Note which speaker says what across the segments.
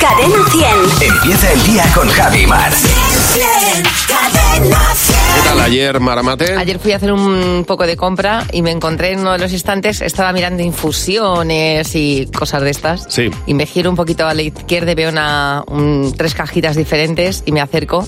Speaker 1: Cadena 100.
Speaker 2: Empieza el día con Javi Mar.
Speaker 1: Cadena 100.
Speaker 3: ¿Qué tal ayer, Maramate?
Speaker 4: Ayer fui a hacer un poco de compra y me encontré en uno de los estantes, estaba mirando infusiones y cosas de estas.
Speaker 3: Sí.
Speaker 4: Y me giro un poquito a la izquierda y veo una, un- tres cajitas diferentes y me acerco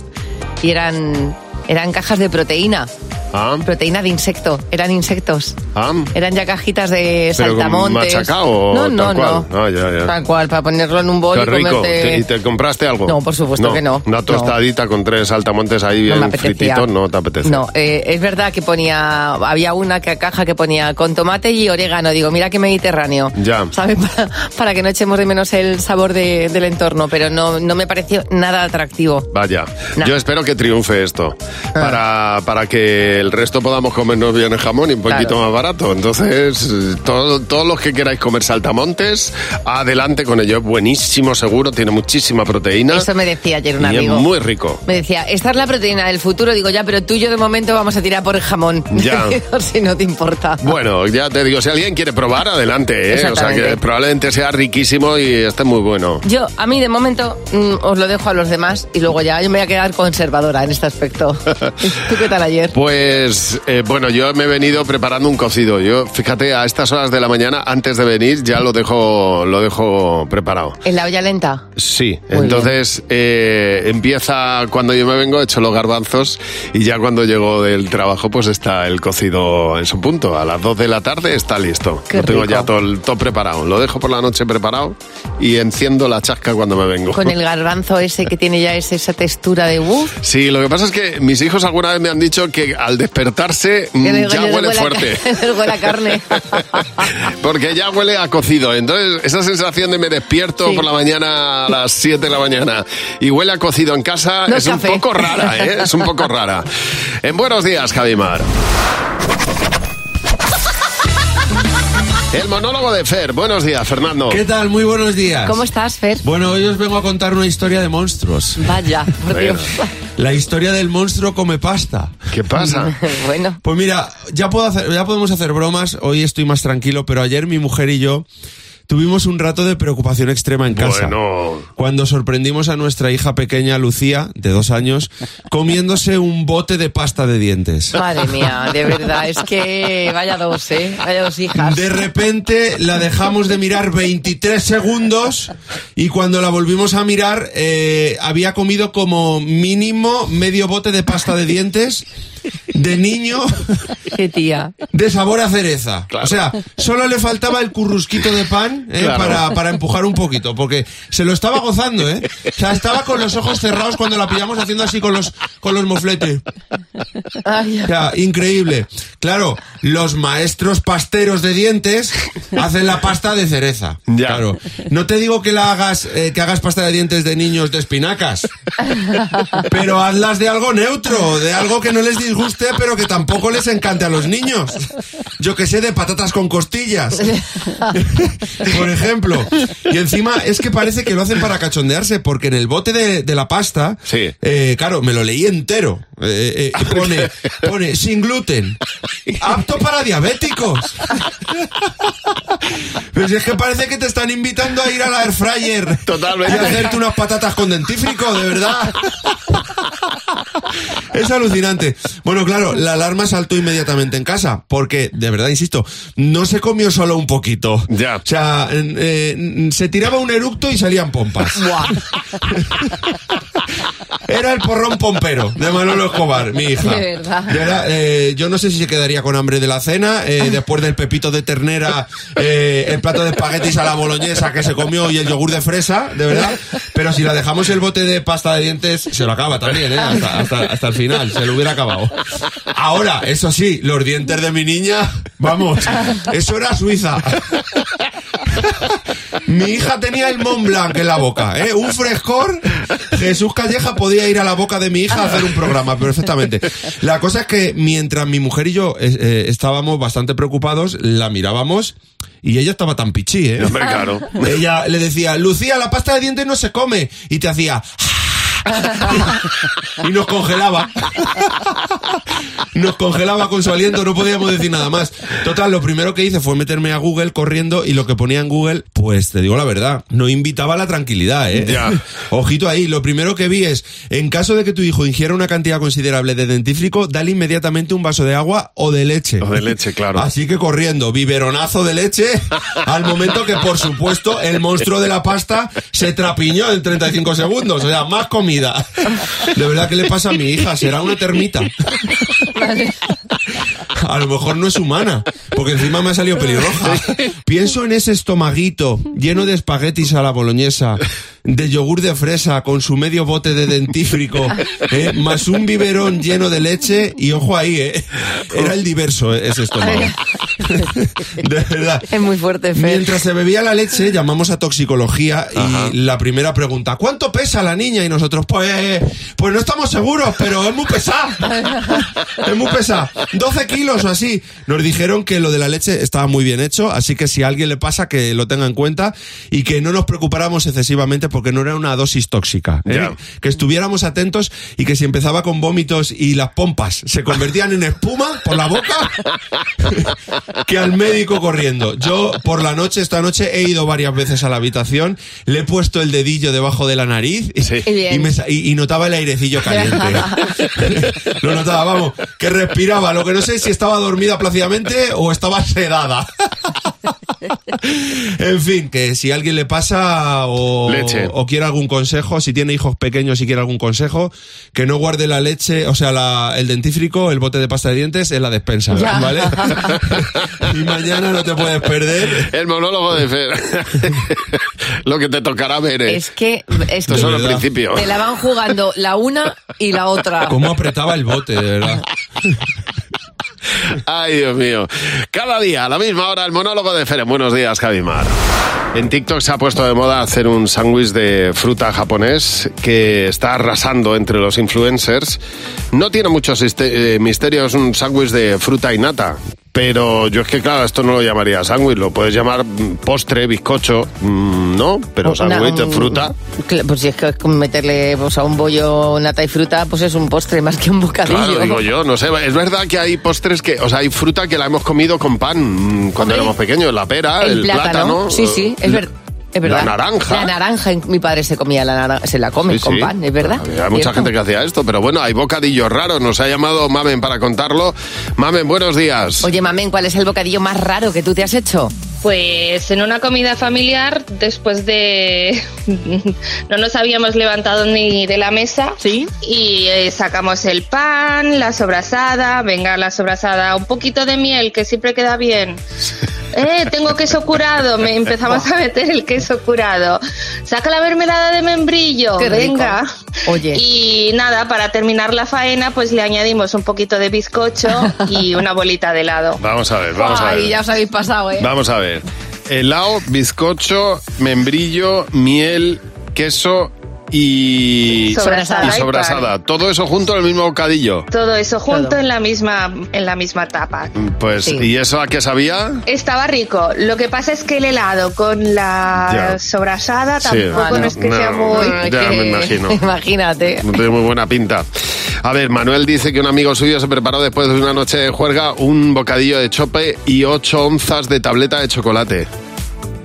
Speaker 4: y eran, eran cajas de proteína,
Speaker 3: Ah,
Speaker 4: proteína de insecto, eran insectos.
Speaker 3: ah,
Speaker 4: Eran ya cajitas de
Speaker 3: Pero con
Speaker 4: saltamontes.
Speaker 3: machacao o
Speaker 4: no, no,
Speaker 3: tal cual.
Speaker 4: no.
Speaker 3: Ah, ya, ya.
Speaker 4: Tal cual, para ponerlo en un bol
Speaker 3: qué
Speaker 4: y
Speaker 3: rico.
Speaker 4: comerte-
Speaker 3: ¿Te- ¿Y te compraste algo?
Speaker 4: No, por supuesto que no.
Speaker 3: Una
Speaker 4: No.
Speaker 3: tostadita con tres saltamontes ahí
Speaker 4: No me
Speaker 3: bien
Speaker 4: apetecía.
Speaker 3: frititos, no te apetece.
Speaker 4: No, eh, es verdad que ponía, había una que, caja que ponía con tomate y orégano. Digo, mira qué mediterráneo.
Speaker 3: Ya.
Speaker 4: ¿Sabes? Para, para que no echemos de menos el sabor de- del entorno, pero no, no me pareció nada atractivo.
Speaker 3: Vaya,
Speaker 4: No.
Speaker 3: yo espero que triunfe esto,
Speaker 4: Ah.
Speaker 3: para, para que el resto podamos comernos bien el jamón y un poquito
Speaker 4: Claro.
Speaker 3: más barato. Entonces, eh, todo- todos los que queráis comer saltamontes, adelante con ello. Es buenísimo, seguro, tiene muchísima proteína
Speaker 4: Eso me decía ayer un
Speaker 3: y es
Speaker 4: amigo.
Speaker 3: muy rico.
Speaker 4: Me decía, esta es la proteína del futuro. Digo, ya, pero tú y yo de momento vamos a tirar por el jamón.
Speaker 3: Ya.
Speaker 4: Digo, si no te importa.
Speaker 3: Bueno, ya te digo, si alguien quiere probar, adelante, ¿eh? O sea, que
Speaker 4: Exactamente.
Speaker 3: probablemente sea riquísimo y esté muy bueno.
Speaker 4: Yo, a mí de momento, mm, os lo dejo a los demás y luego ya yo me voy a quedar conservadora en este aspecto. ¿Tú qué tal ayer?
Speaker 3: Pues eh, bueno, yo me he venido preparando un cocido. Yo, fíjate, a estas horas de la mañana, antes de venir, ya lo dejo, lo dejo preparado.
Speaker 4: En la olla lenta.
Speaker 3: Sí,
Speaker 4: Muy
Speaker 3: entonces eh, empieza cuando yo me vengo, echo los garbanzos y ya cuando llego del trabajo pues está el cocido en su punto. A las 2 de la tarde está listo.
Speaker 4: Qué
Speaker 3: lo tengo
Speaker 4: rico.
Speaker 3: ya todo, el- todo preparado. Lo dejo por la noche preparado y enciendo la chasca cuando me vengo.
Speaker 4: con el garbanzo ese que tiene ya ese- esa textura de uff.
Speaker 3: Sí, lo que pasa es que mis hijos alguna vez me han dicho que al despertarse mm, ya huele fuerte.
Speaker 4: la carne.
Speaker 3: Porque ya huele a cocido. Entonces, esa sensación de me despierto
Speaker 4: Sí.
Speaker 3: por la mañana a las 7 de la mañana y huele a cocido en casa
Speaker 4: No
Speaker 3: es
Speaker 4: es
Speaker 3: un
Speaker 4: café.
Speaker 3: poco rara, ¿eh? Es un poco rara. En buenos días, Javimar. El monólogo de Fer. Buenos días, Fernando.
Speaker 5: ¿Qué tal? Muy buenos días.
Speaker 4: ¿Cómo estás, Fer?
Speaker 5: Bueno, hoy os vengo a contar una historia de monstruos.
Speaker 4: Vaya, por
Speaker 3: Bueno.
Speaker 4: Dios.
Speaker 5: La historia del monstruo come pasta.
Speaker 3: ¿Qué pasa?
Speaker 4: Bueno,
Speaker 5: Pues mira, ya, puedo hacer, ya podemos hacer bromas, hoy estoy más tranquilo, pero ayer mi mujer y yo tuvimos un rato de preocupación extrema en casa.
Speaker 3: Bueno.
Speaker 5: Cuando sorprendimos a nuestra hija pequeña Lucía, de dos años, comiéndose un bote de pasta de dientes.
Speaker 4: madre mía, de verdad, es que vaya dos, ¿eh? Vaya dos hijas.
Speaker 5: De repente la dejamos de mirar 23 segundos y cuando la volvimos a mirar eh, había comido como mínimo medio bote de pasta de dientes de niño
Speaker 4: Qué tía.
Speaker 5: de sabor a cereza.
Speaker 3: Claro.
Speaker 5: O sea, solo le faltaba el currusquito de pan eh,
Speaker 3: Claro.
Speaker 5: para, para empujar un poquito porque se lo estaba gozando, ¿eh? O sea, estaba con los ojos cerrados cuando la pillamos haciendo así con los, con los mofletes.
Speaker 4: Ay,
Speaker 5: O sea, increíble. Claro, los maestros pasteros de dientes hacen la pasta de cereza.
Speaker 3: Ya.
Speaker 5: Claro. No te digo que la hagas, eh, que hagas pasta de dientes de niños de espinacas, pero hazlas de algo neutro, de algo que no les disguste, pero que tampoco les encante a los niños. Yo que sé, de patatas con costillas. Por ejemplo. Y encima es que parece que lo hacen para cachondearse, porque en el bote de, de la pasta,
Speaker 3: Sí.
Speaker 5: eh, claro, me lo leí entero. Eh, eh, pone, pone, sin gluten, apto para diabéticos. Pero si es que parece que te están invitando a ir a la air fryer.
Speaker 3: Totalmente.
Speaker 5: Y a hacerte unas patatas con dentífrico, de verdad. Es alucinante. Bueno, claro, la alarma saltó inmediatamente en casa, porque, de verdad, insisto, no se comió solo un poquito.
Speaker 3: Ya.
Speaker 5: O sea, en- eh, n- se tiraba un eructo y salían pompas.
Speaker 4: buah.
Speaker 5: Era el porrón pompero de Manolo Escobar, mi hija.
Speaker 4: De verdad.
Speaker 5: De verdad, eh, yo no sé si se quedaría con hambre de la cena, eh, después del pepito de ternera, eh, el plato de espaguetis a la boloñesa que se comió y el yogur de fresa, de verdad. Pero si la dejamos el bote de pasta de dientes, se lo acaba también, ¿eh? Hasta, hasta- hasta el final, se lo hubiera acabado. Ahora, eso sí, los dientes de mi niña, vamos, eso era Suiza. Mi hija tenía el Mont Blanc en la boca, ¿eh? Un frescor. Jesús Calleja podía ir a la boca de mi hija a hacer un programa, perfectamente. La cosa es que mientras mi mujer y yo eh, eh, estábamos bastante preocupados, la mirábamos y ella estaba tan pichí, ¿eh?
Speaker 3: Hombre, claro.
Speaker 5: Ella le decía, Lucía, la pasta de dientes no se come. Y te hacía... y nos congelaba. Nos congelaba con su aliento, no podíamos decir nada más. Total, lo primero que hice fue meterme a Google corriendo y lo que ponía en Google, pues te digo la verdad, no invitaba a la tranquilidad, ¿eh?
Speaker 3: Ya.
Speaker 5: Ojito ahí, lo primero que vi es, en caso de que tu hijo ingiera una cantidad considerable de dentífrico, dale inmediatamente un vaso de agua o de leche.
Speaker 3: O de leche, claro.
Speaker 5: Así que corriendo, biberonazo de leche, al momento que, por supuesto, el monstruo de la pasta se trapiñó en 35 segundos. O sea, más comida. De verdad, ¿qué le pasa a mi hija? Será una termita.
Speaker 4: Vale.
Speaker 5: A lo mejor no es humana, porque encima me ha salido pelirroja. Pienso en ese estomaguito lleno de espaguetis a la boloñesa, de yogur de fresa con su medio bote de dentífrico, ¿eh? más un biberón lleno de leche y ojo ahí, ¿eh? era el diverso eh, ese estómago. De verdad.
Speaker 4: Es muy fuerte, Fer.
Speaker 5: Mientras se bebía la leche, llamamos a toxicología y la primera pregunta, ¿cuánto pesa la niña? Y nosotros, pues, eh, pues no estamos seguros, pero es muy pesada. es muy pesada. 12 kilos o así. Nos dijeron que lo de la leche estaba muy bien hecho, así que si a alguien le pasa, que lo tenga en cuenta y que no nos preocupáramos excesivamente porque no era una dosis tóxica. ¿eh?
Speaker 3: Ya.
Speaker 5: Que estuviéramos atentos y que si empezaba con vómitos y las pompas se convertían en espuma por la boca, que al médico corriendo. Yo por la noche, esta noche, he ido varias veces a la habitación, le he puesto el dedillo debajo de la nariz y,
Speaker 3: Sí.
Speaker 4: Qué bien.
Speaker 5: y me sa- y- y notaba el airecillo caliente. Lo notaba, vamos, que respiraba. Lo que no sé es si estaba dormida plácidamente o estaba sedada. En fin, que si a alguien le pasa o,
Speaker 3: Leche.
Speaker 5: o quiere algún consejo, si tiene hijos pequeños y quiere algún consejo, que no guarde la leche, o sea, la- el dentífrico, el bote de pasta de dientes en la despensa,
Speaker 4: Ya.
Speaker 5: ¿vale? Ah, y mañana no te puedes perder.
Speaker 3: El monólogo de Fer. Lo que te tocará ver ¿eh? es.
Speaker 4: Es que, es
Speaker 3: Esto
Speaker 4: que
Speaker 5: de
Speaker 3: solo el
Speaker 5: verdad.
Speaker 3: principio.
Speaker 4: te la van jugando la una y la otra.
Speaker 5: Cómo apretaba el bote, de verdad.
Speaker 3: Ay, Dios mío. Cada día, a la misma hora, el monólogo de Fer. en Buenos días, Javimar. En TikTok se ha puesto de moda hacer un sándwich de fruta japonés que está arrasando entre los influencers. No tiene muchos este- eh, misterios un sándwich de fruta y nata. Pero yo es que, claro, esto no lo llamaría sándwich, lo puedes llamar mm, postre, bizcocho, mm, ¿no? Pero
Speaker 4: Una-
Speaker 3: sándwich de
Speaker 4: un-
Speaker 3: fruta.
Speaker 4: Cla- Pues si es que es como meterle pues, a un bollo nata y fruta, pues es un postre más que un bocadillo.
Speaker 3: Claro, digo yo, no sé. Es verdad que hay postres que, o sea, hay fruta que la hemos comido con pan mm, cuando
Speaker 4: Hombre.
Speaker 3: éramos pequeños, la pera, el, Ah, plátano. eh,
Speaker 4: Sí, sí, es, ver- es verdad.
Speaker 3: La naranja.
Speaker 4: La naranja, mi padre se comía la naranja, se la come
Speaker 3: Sí,
Speaker 4: con
Speaker 3: sí.
Speaker 4: pan, es verdad.
Speaker 3: Había mucha
Speaker 4: ¿Cierto?
Speaker 3: gente que hacía esto, pero bueno, hay bocadillos raros. Nos ha llamado Mamen para contarlo. Mamen, buenos días.
Speaker 4: Oye, mamen, ¿cuál es el bocadillo más raro que tú te has hecho?
Speaker 1: Pues en una comida familiar, después de... no nos habíamos levantado ni de la mesa.
Speaker 4: Sí.
Speaker 1: Y eh, sacamos el pan, la sobrasada, venga la sobrasada, un poquito de miel que siempre queda bien. Eh, tengo queso curado, me empezamos a meter el queso curado. Saca la mermelada de membrillo,
Speaker 4: Qué rico.
Speaker 1: venga.
Speaker 4: Oye.
Speaker 1: Y nada, para terminar la faena, pues le añadimos un poquito de bizcocho y una bolita de helado.
Speaker 3: Vamos a ver, vamos a
Speaker 4: Ay,
Speaker 3: ver.
Speaker 4: ya os habéis pasado, ¿eh?
Speaker 3: Vamos a ver. Helado, bizcocho, membrillo, miel, queso y
Speaker 1: Sobrasada
Speaker 3: y
Speaker 1: y pan.
Speaker 3: sobrasada. Todo eso junto en el mismo bocadillo.
Speaker 1: Todo eso junto
Speaker 4: Todo.
Speaker 1: en la misma en la misma tapa.
Speaker 3: Pues,
Speaker 4: Sí.
Speaker 3: ¿y eso a qué sabía?
Speaker 1: Estaba rico. Lo que pasa es que el helado con la
Speaker 3: Ya.
Speaker 1: sobrasada
Speaker 3: Sí.
Speaker 1: tampoco
Speaker 4: Ah, no.
Speaker 1: no es que sea
Speaker 3: No,
Speaker 1: muy
Speaker 3: no. Ya me imagino.
Speaker 4: Imagínate.
Speaker 3: No tiene muy buena pinta. A ver, Manuel dice que un amigo suyo se preparó después de una noche de juerga un bocadillo de chope y ocho onzas de tableta de chocolate.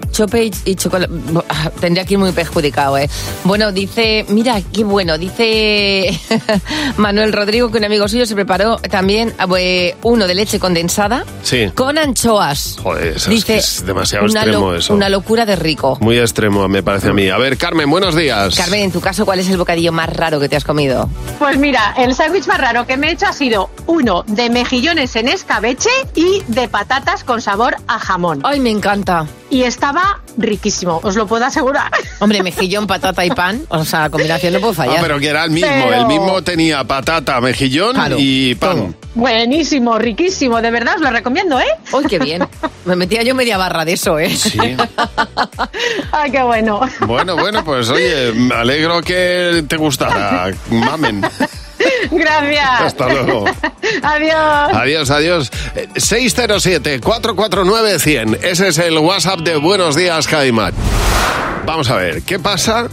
Speaker 4: Chope y, y chocolate. bo- ah, Tendría que ir muy perjudicado, ¿eh? Bueno, dice. Mira, qué bueno. Dice Manuel Rodrigo que un amigo suyo se preparó también ah, eh, uno de leche condensada
Speaker 3: Sí.
Speaker 4: con anchoas.
Speaker 3: Joder, eso es
Speaker 4: dice,
Speaker 3: que es demasiado
Speaker 4: una
Speaker 3: extremo eso.
Speaker 4: Una locura de rico.
Speaker 3: Muy extremo, me parece a mí. A ver, Carmen, buenos días.
Speaker 4: Carmen, en tu caso, ¿cuál es el bocadillo más raro que te has comido?
Speaker 6: Pues mira, el sándwich más raro que me he hecho ha sido uno de mejillones en escabeche y de patatas con sabor a jamón.
Speaker 4: Ay, me encanta.
Speaker 6: Y estaba riquísimo, os lo puedo asegurar.
Speaker 4: Hombre, mejillón, patata y pan. O sea, la combinación no puede
Speaker 3: Ah,
Speaker 4: fallar.
Speaker 3: pero que era el mismo.
Speaker 6: Pero-
Speaker 3: El mismo tenía patata, mejillón
Speaker 4: Claro,
Speaker 3: y pan.
Speaker 6: Buenísimo, riquísimo, de verdad os lo recomiendo, ¿eh?
Speaker 4: Ay, qué bien. Me metía yo media barra de eso, ¿eh?
Speaker 3: Sí.
Speaker 6: Ay, qué bueno.
Speaker 3: Bueno, bueno, pues oye, me alegro que te gustara. Mamen.
Speaker 6: Gracias.
Speaker 3: Hasta luego.
Speaker 6: Adiós.
Speaker 3: Adiós, adiós. Eh, 607-449-100. Ese es el WhatsApp de Buenos Días, Jaimat. Vamos a ver, ¿qué pasa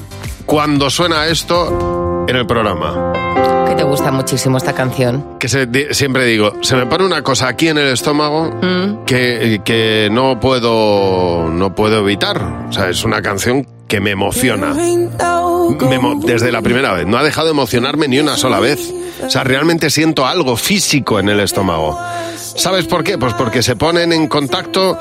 Speaker 3: cuando suena esto en el programa.
Speaker 4: Que te gusta muchísimo esta canción.
Speaker 3: Que se- di- siempre digo, se me pone una cosa aquí en el estómago
Speaker 4: Mm.
Speaker 3: que, que no puedo no puedo evitar. O sea, es una canción que me emociona. Me emo- desde la primera vez. No ha dejado de emocionarme ni una sola vez. O sea, realmente siento algo físico en el estómago. ¿Sabes por qué? Pues porque se ponen en contacto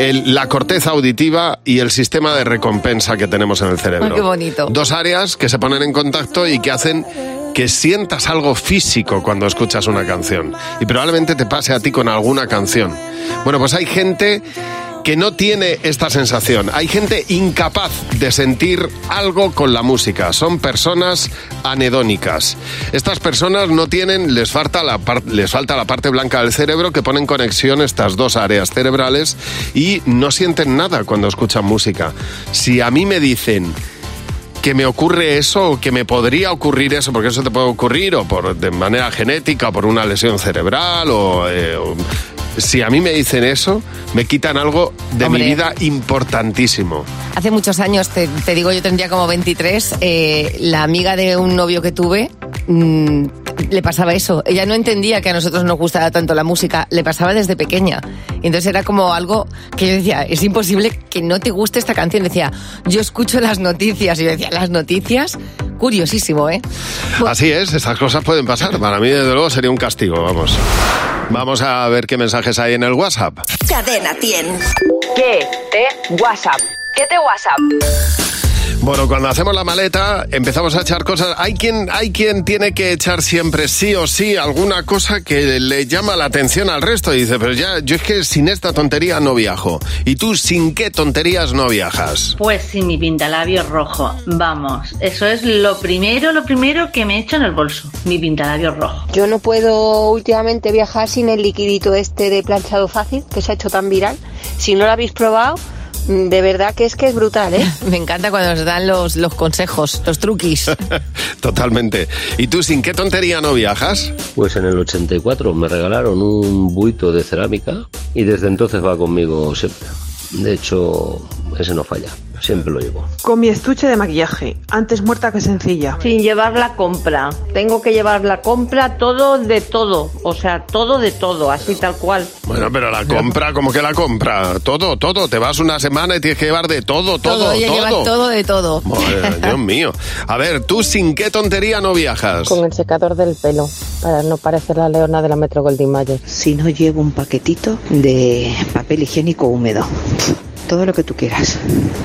Speaker 3: el- la corteza auditiva y el sistema de recompensa que tenemos en el cerebro.
Speaker 4: Ay, Ah, qué bonito.
Speaker 3: Dos áreas que se ponen en contacto y que hacen que sientas algo físico cuando escuchas una canción. Y probablemente te pase a ti con alguna canción. Bueno, pues hay gente que no tiene esta sensación. Hay gente incapaz de sentir algo con la música. Son personas anedónicas. Estas personas no tienen, les falta la, par- les falta la parte blanca del cerebro que pone en conexión estas dos áreas cerebrales y no sienten nada cuando escuchan música. Si a mí me dicen que me ocurre eso o que me podría ocurrir eso, porque eso te puede ocurrir o por, de manera genética, por una lesión cerebral o... eh, o- si a mí me dicen eso, me quitan algo de
Speaker 4: Hombre.
Speaker 3: mi vida importantísimo.
Speaker 4: Hace muchos años, te, te digo, yo tendría como 23, eh, la amiga de un novio que tuve mm, le pasaba eso. Ella no entendía que a nosotros nos gustaba tanto la música, le pasaba desde pequeña. Y entonces era como algo que yo decía, es imposible que no te guste esta canción. Decía, yo escucho las noticias. Y yo decía, las noticias, curiosísimo, ¿eh? Pues-
Speaker 3: Así es, estas cosas pueden pasar. Para mí, desde luego, sería un castigo, vamos. Vamos a ver qué mensajes hay en el WhatsApp.
Speaker 7: Cadena 100.
Speaker 8: ¿Qué te WhatsApp? ¿Qué te WhatsApp?
Speaker 3: Bueno, cuando hacemos la maleta empezamos a echar cosas. Hay quien, hay quien tiene que echar siempre sí o sí alguna cosa que le llama la atención al resto. Y dice, pero ya, yo es que sin esta tontería no viajo. Y tú, ¿sin qué tonterías no viajas?
Speaker 9: Pues sí, mi pintalabio rojo. Vamos, eso es lo primero, lo primero que me he hecho en el bolso. Mi pintalabio rojo.
Speaker 10: Yo no puedo últimamente viajar sin el liquidito este de planchado fácil que se ha hecho tan viral. Si no lo habéis probado, mm, de verdad que es que es brutal, ¿eh?
Speaker 4: Me encanta cuando nos dan los, los consejos, los truquis.
Speaker 3: Totalmente. ¿Y tú, sin qué tontería no viajas?
Speaker 11: Pues en el 84 me regalaron un buito de cerámica y desde entonces va conmigo siempre. De hecho, ese no falla, siempre lo llevo.
Speaker 12: Con mi estuche de maquillaje, antes muerta que sencilla.
Speaker 6: Sin llevar la compra. Tengo que llevar la compra todo de todo. O sea, todo de todo, así tal cual.
Speaker 3: Bueno, pero la compra, ¿cómo que la compra? Todo, todo. Te vas una semana y tienes que llevar de todo, todo, todo.
Speaker 4: ella lleva todo de todo.
Speaker 3: Madre, Dios mío. A ver, ¿tú sin qué tontería no viajas?
Speaker 13: Con el secador del pelo, para no parecer la leona de la Metro Goldwyn Mayer.
Speaker 8: Si no llevo un paquetito de papel higiénico húmedo. Todo lo que tú quieras.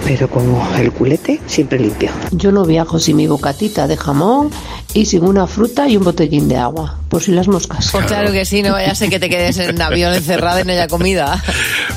Speaker 8: Pero como el culete, siempre limpio.
Speaker 13: Yo no viajo sin mi bocatita de jamón y sin una fruta y un botellín de agua, por si las moscas.
Speaker 4: Pues claro que sí, no vaya a ser que te quedes en avión encerrada y no haya comida.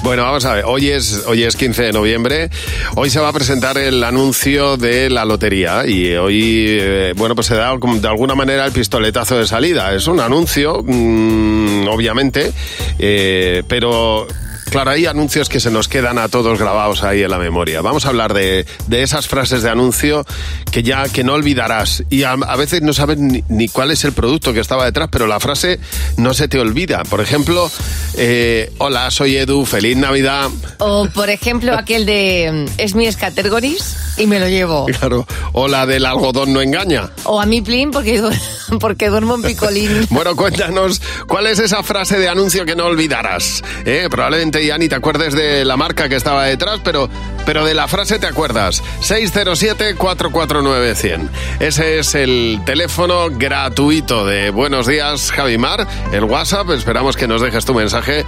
Speaker 3: Bueno, vamos a ver. Hoy es, hoy es 15 de noviembre. Hoy se va a presentar el anuncio de la lotería. Y hoy, eh, bueno, pues se da como de alguna manera el pistoletazo de salida. Es un anuncio, mm, obviamente, eh, pero. Claro, hay anuncios que se nos quedan a todos grabados ahí en la memoria. Vamos a hablar de, de esas frases de anuncio que ya que no olvidarás. Y a, a veces no sabes ni, ni cuál es el producto que estaba detrás, pero la frase no se te olvida. Por ejemplo, eh, hola, soy Edu, feliz Navidad.
Speaker 4: O, por ejemplo, aquel de mm, es mi categories y me lo llevo.
Speaker 3: Claro, hola del algodón no engaña.
Speaker 4: O a mi plin porque, du- porque duermo en picolín.
Speaker 3: Bueno, cuéntanos, ¿cuál es esa frase de anuncio que no olvidarás? Eh, Probablemente ya ni te acuerdes de la marca que estaba detrás, pero, pero de la frase te acuerdas. 607-449-100. Ese es el teléfono gratuito de Buenos Días, Javimar. El WhatsApp, esperamos que nos dejes tu mensaje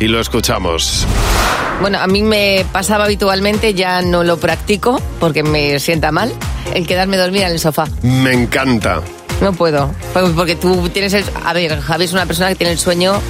Speaker 3: y lo escuchamos.
Speaker 4: Bueno, a mí me pasaba habitualmente, ya no lo practico porque me sienta mal, el quedarme dormida en el sofá.
Speaker 3: Me encanta.
Speaker 4: No puedo. Pues Porque tú tienes el... A ver, Javi es una persona que tiene el sueño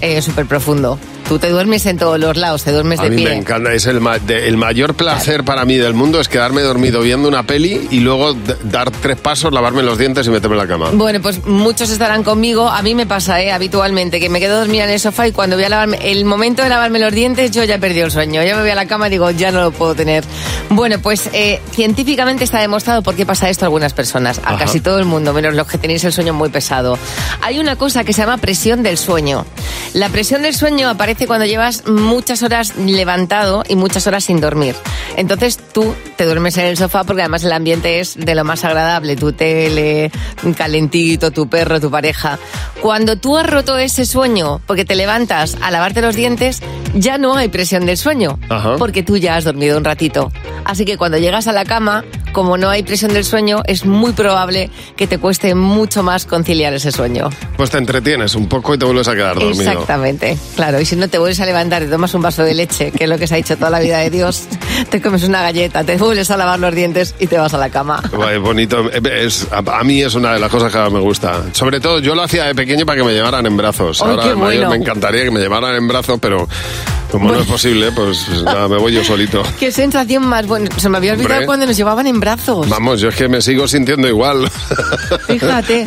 Speaker 4: eh, súper profundo. Tú te duermes en todos los lados, te duermes
Speaker 3: A
Speaker 4: de
Speaker 3: mí
Speaker 4: pie.
Speaker 3: me encanta, es el, ma- de- el mayor placer para mí del mundo es quedarme dormido viendo una peli y luego d- dar tres pasos, lavarme los dientes y meterme en la cama.
Speaker 4: Bueno, pues muchos estarán conmigo. A mí me pasa, ¿eh? Habitualmente, que me quedo dormida en el sofá y cuando voy a lavarme, el momento de lavarme los dientes, yo ya he perdido el sueño. Ya me voy a la cama y digo, ya no lo puedo tener. Bueno, pues eh, científicamente está demostrado por qué pasa esto a algunas personas, a
Speaker 3: Ajá.
Speaker 4: casi todo el mundo, menos los que tenéis el sueño muy pesado. Hay una cosa que se llama presión del sueño. La presión del sueño aparece aparece cuando llevas muchas horas levantado y muchas horas sin dormir. Entonces tú te duermes en el sofá porque además el ambiente es de lo más agradable, tu tele, calentito, tu perro, tu pareja. Cuando tú has roto ese sueño porque te levantas a lavarte los dientes, ya no hay presión del sueño
Speaker 7: Ajá.
Speaker 4: porque tú ya has dormido un ratito. Así que cuando llegas a la cama, como no hay presión del sueño, es muy probable que te cueste mucho más conciliar ese sueño.
Speaker 3: Pues te entretienes un poco y te vuelves a quedar dormido.
Speaker 4: Exactamente, claro. Y si no te vuelves a levantar y tomas un vaso de leche, que es lo que se ha dicho toda la vida de Dios, te comes una galleta, te vuelves a lavar los dientes y te vas a la cama.
Speaker 3: Guay, bonito. Eh, Es, a, a mí es una de las cosas que más me gusta. Sobre todo, yo lo hacía de pequeño para que me llevaran en brazos.
Speaker 4: Ay,
Speaker 3: Ahora
Speaker 4: qué
Speaker 3: de mayor
Speaker 4: bueno.
Speaker 3: me encantaría que me llevaran en brazos, pero como no es posible, pues nada, me voy yo solito.
Speaker 4: Qué sensación más buena. Se me había olvidado
Speaker 3: Hombre.
Speaker 4: cuando nos llevaban en brazos.
Speaker 3: Vamos, yo es que me sigo sintiendo igual.
Speaker 4: Fíjate.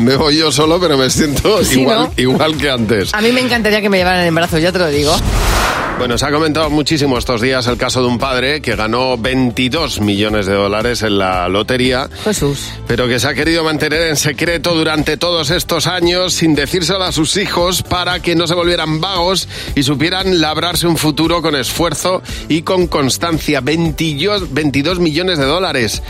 Speaker 3: me voy yo solo, pero me siento
Speaker 4: Sí,
Speaker 3: igual,
Speaker 4: ¿no? Ah.
Speaker 3: igual que antes.
Speaker 4: A mí me encantaría que me llevaran en brazos, ya te lo digo.
Speaker 3: Bueno, se ha comentado muchísimo estos días el caso de un padre que ganó 22 millones de dólares en la lotería.
Speaker 4: Jesús.
Speaker 3: Pero que se ha querido mantener en secreto durante todos estos años sin decírselo a sus hijos para que no se volvieran vagos y supieran labrarse un futuro con esfuerzo y con constancia. 22, 22 millones de dólares.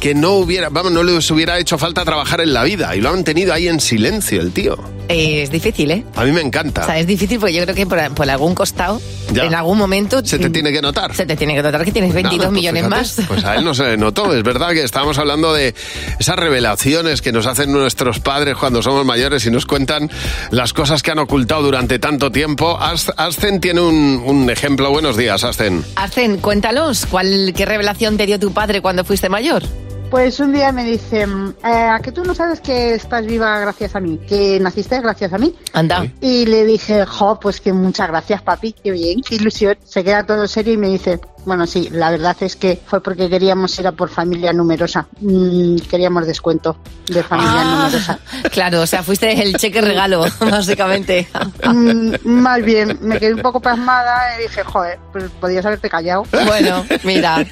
Speaker 3: Que no hubiera, vamos, no les hubiera hecho falta trabajar en la vida y lo han tenido ahí en silencio el tío.
Speaker 4: Eh, es difícil, ¿eh?
Speaker 3: A mí me encanta.
Speaker 4: O sea, es difícil porque yo creo que por, por algún costado,
Speaker 3: Ya.
Speaker 4: en algún momento... Se te
Speaker 3: tiene que notar.
Speaker 4: Se te tiene que notar que tienes 22
Speaker 3: Nada, pues
Speaker 4: millones
Speaker 3: fíjate,
Speaker 4: más.
Speaker 3: Pues a él no se le notó. Es verdad que estábamos hablando de esas revelaciones que nos hacen nuestros padres cuando somos mayores y nos cuentan las cosas que han ocultado durante tanto tiempo. As- Ascen tiene un, un ejemplo. Buenos días, Ascen.
Speaker 4: Hacen, cuéntalos, ¿cuál, ¿qué revelación te dio tu padre cuando fuiste mayor?
Speaker 14: Pues un día me dicen, eh, ¿a que tú no sabes que estás viva gracias a mí? Que naciste gracias a mí.
Speaker 4: Anda.
Speaker 14: Y le dije, jo, pues que muchas gracias, papi, qué bien, qué ilusión. Se queda todo serio y me dice, bueno, sí, la verdad es que fue porque queríamos ir a por familia numerosa. Mm, queríamos descuento de familia
Speaker 15: Ah.
Speaker 14: numerosa.
Speaker 4: Ah. Claro, o sea, fuiste el cheque regalo, básicamente.
Speaker 14: Mm, más bien, me quedé un poco pasmada y dije, joder, pues podías haberte callado.
Speaker 4: Bueno, mira,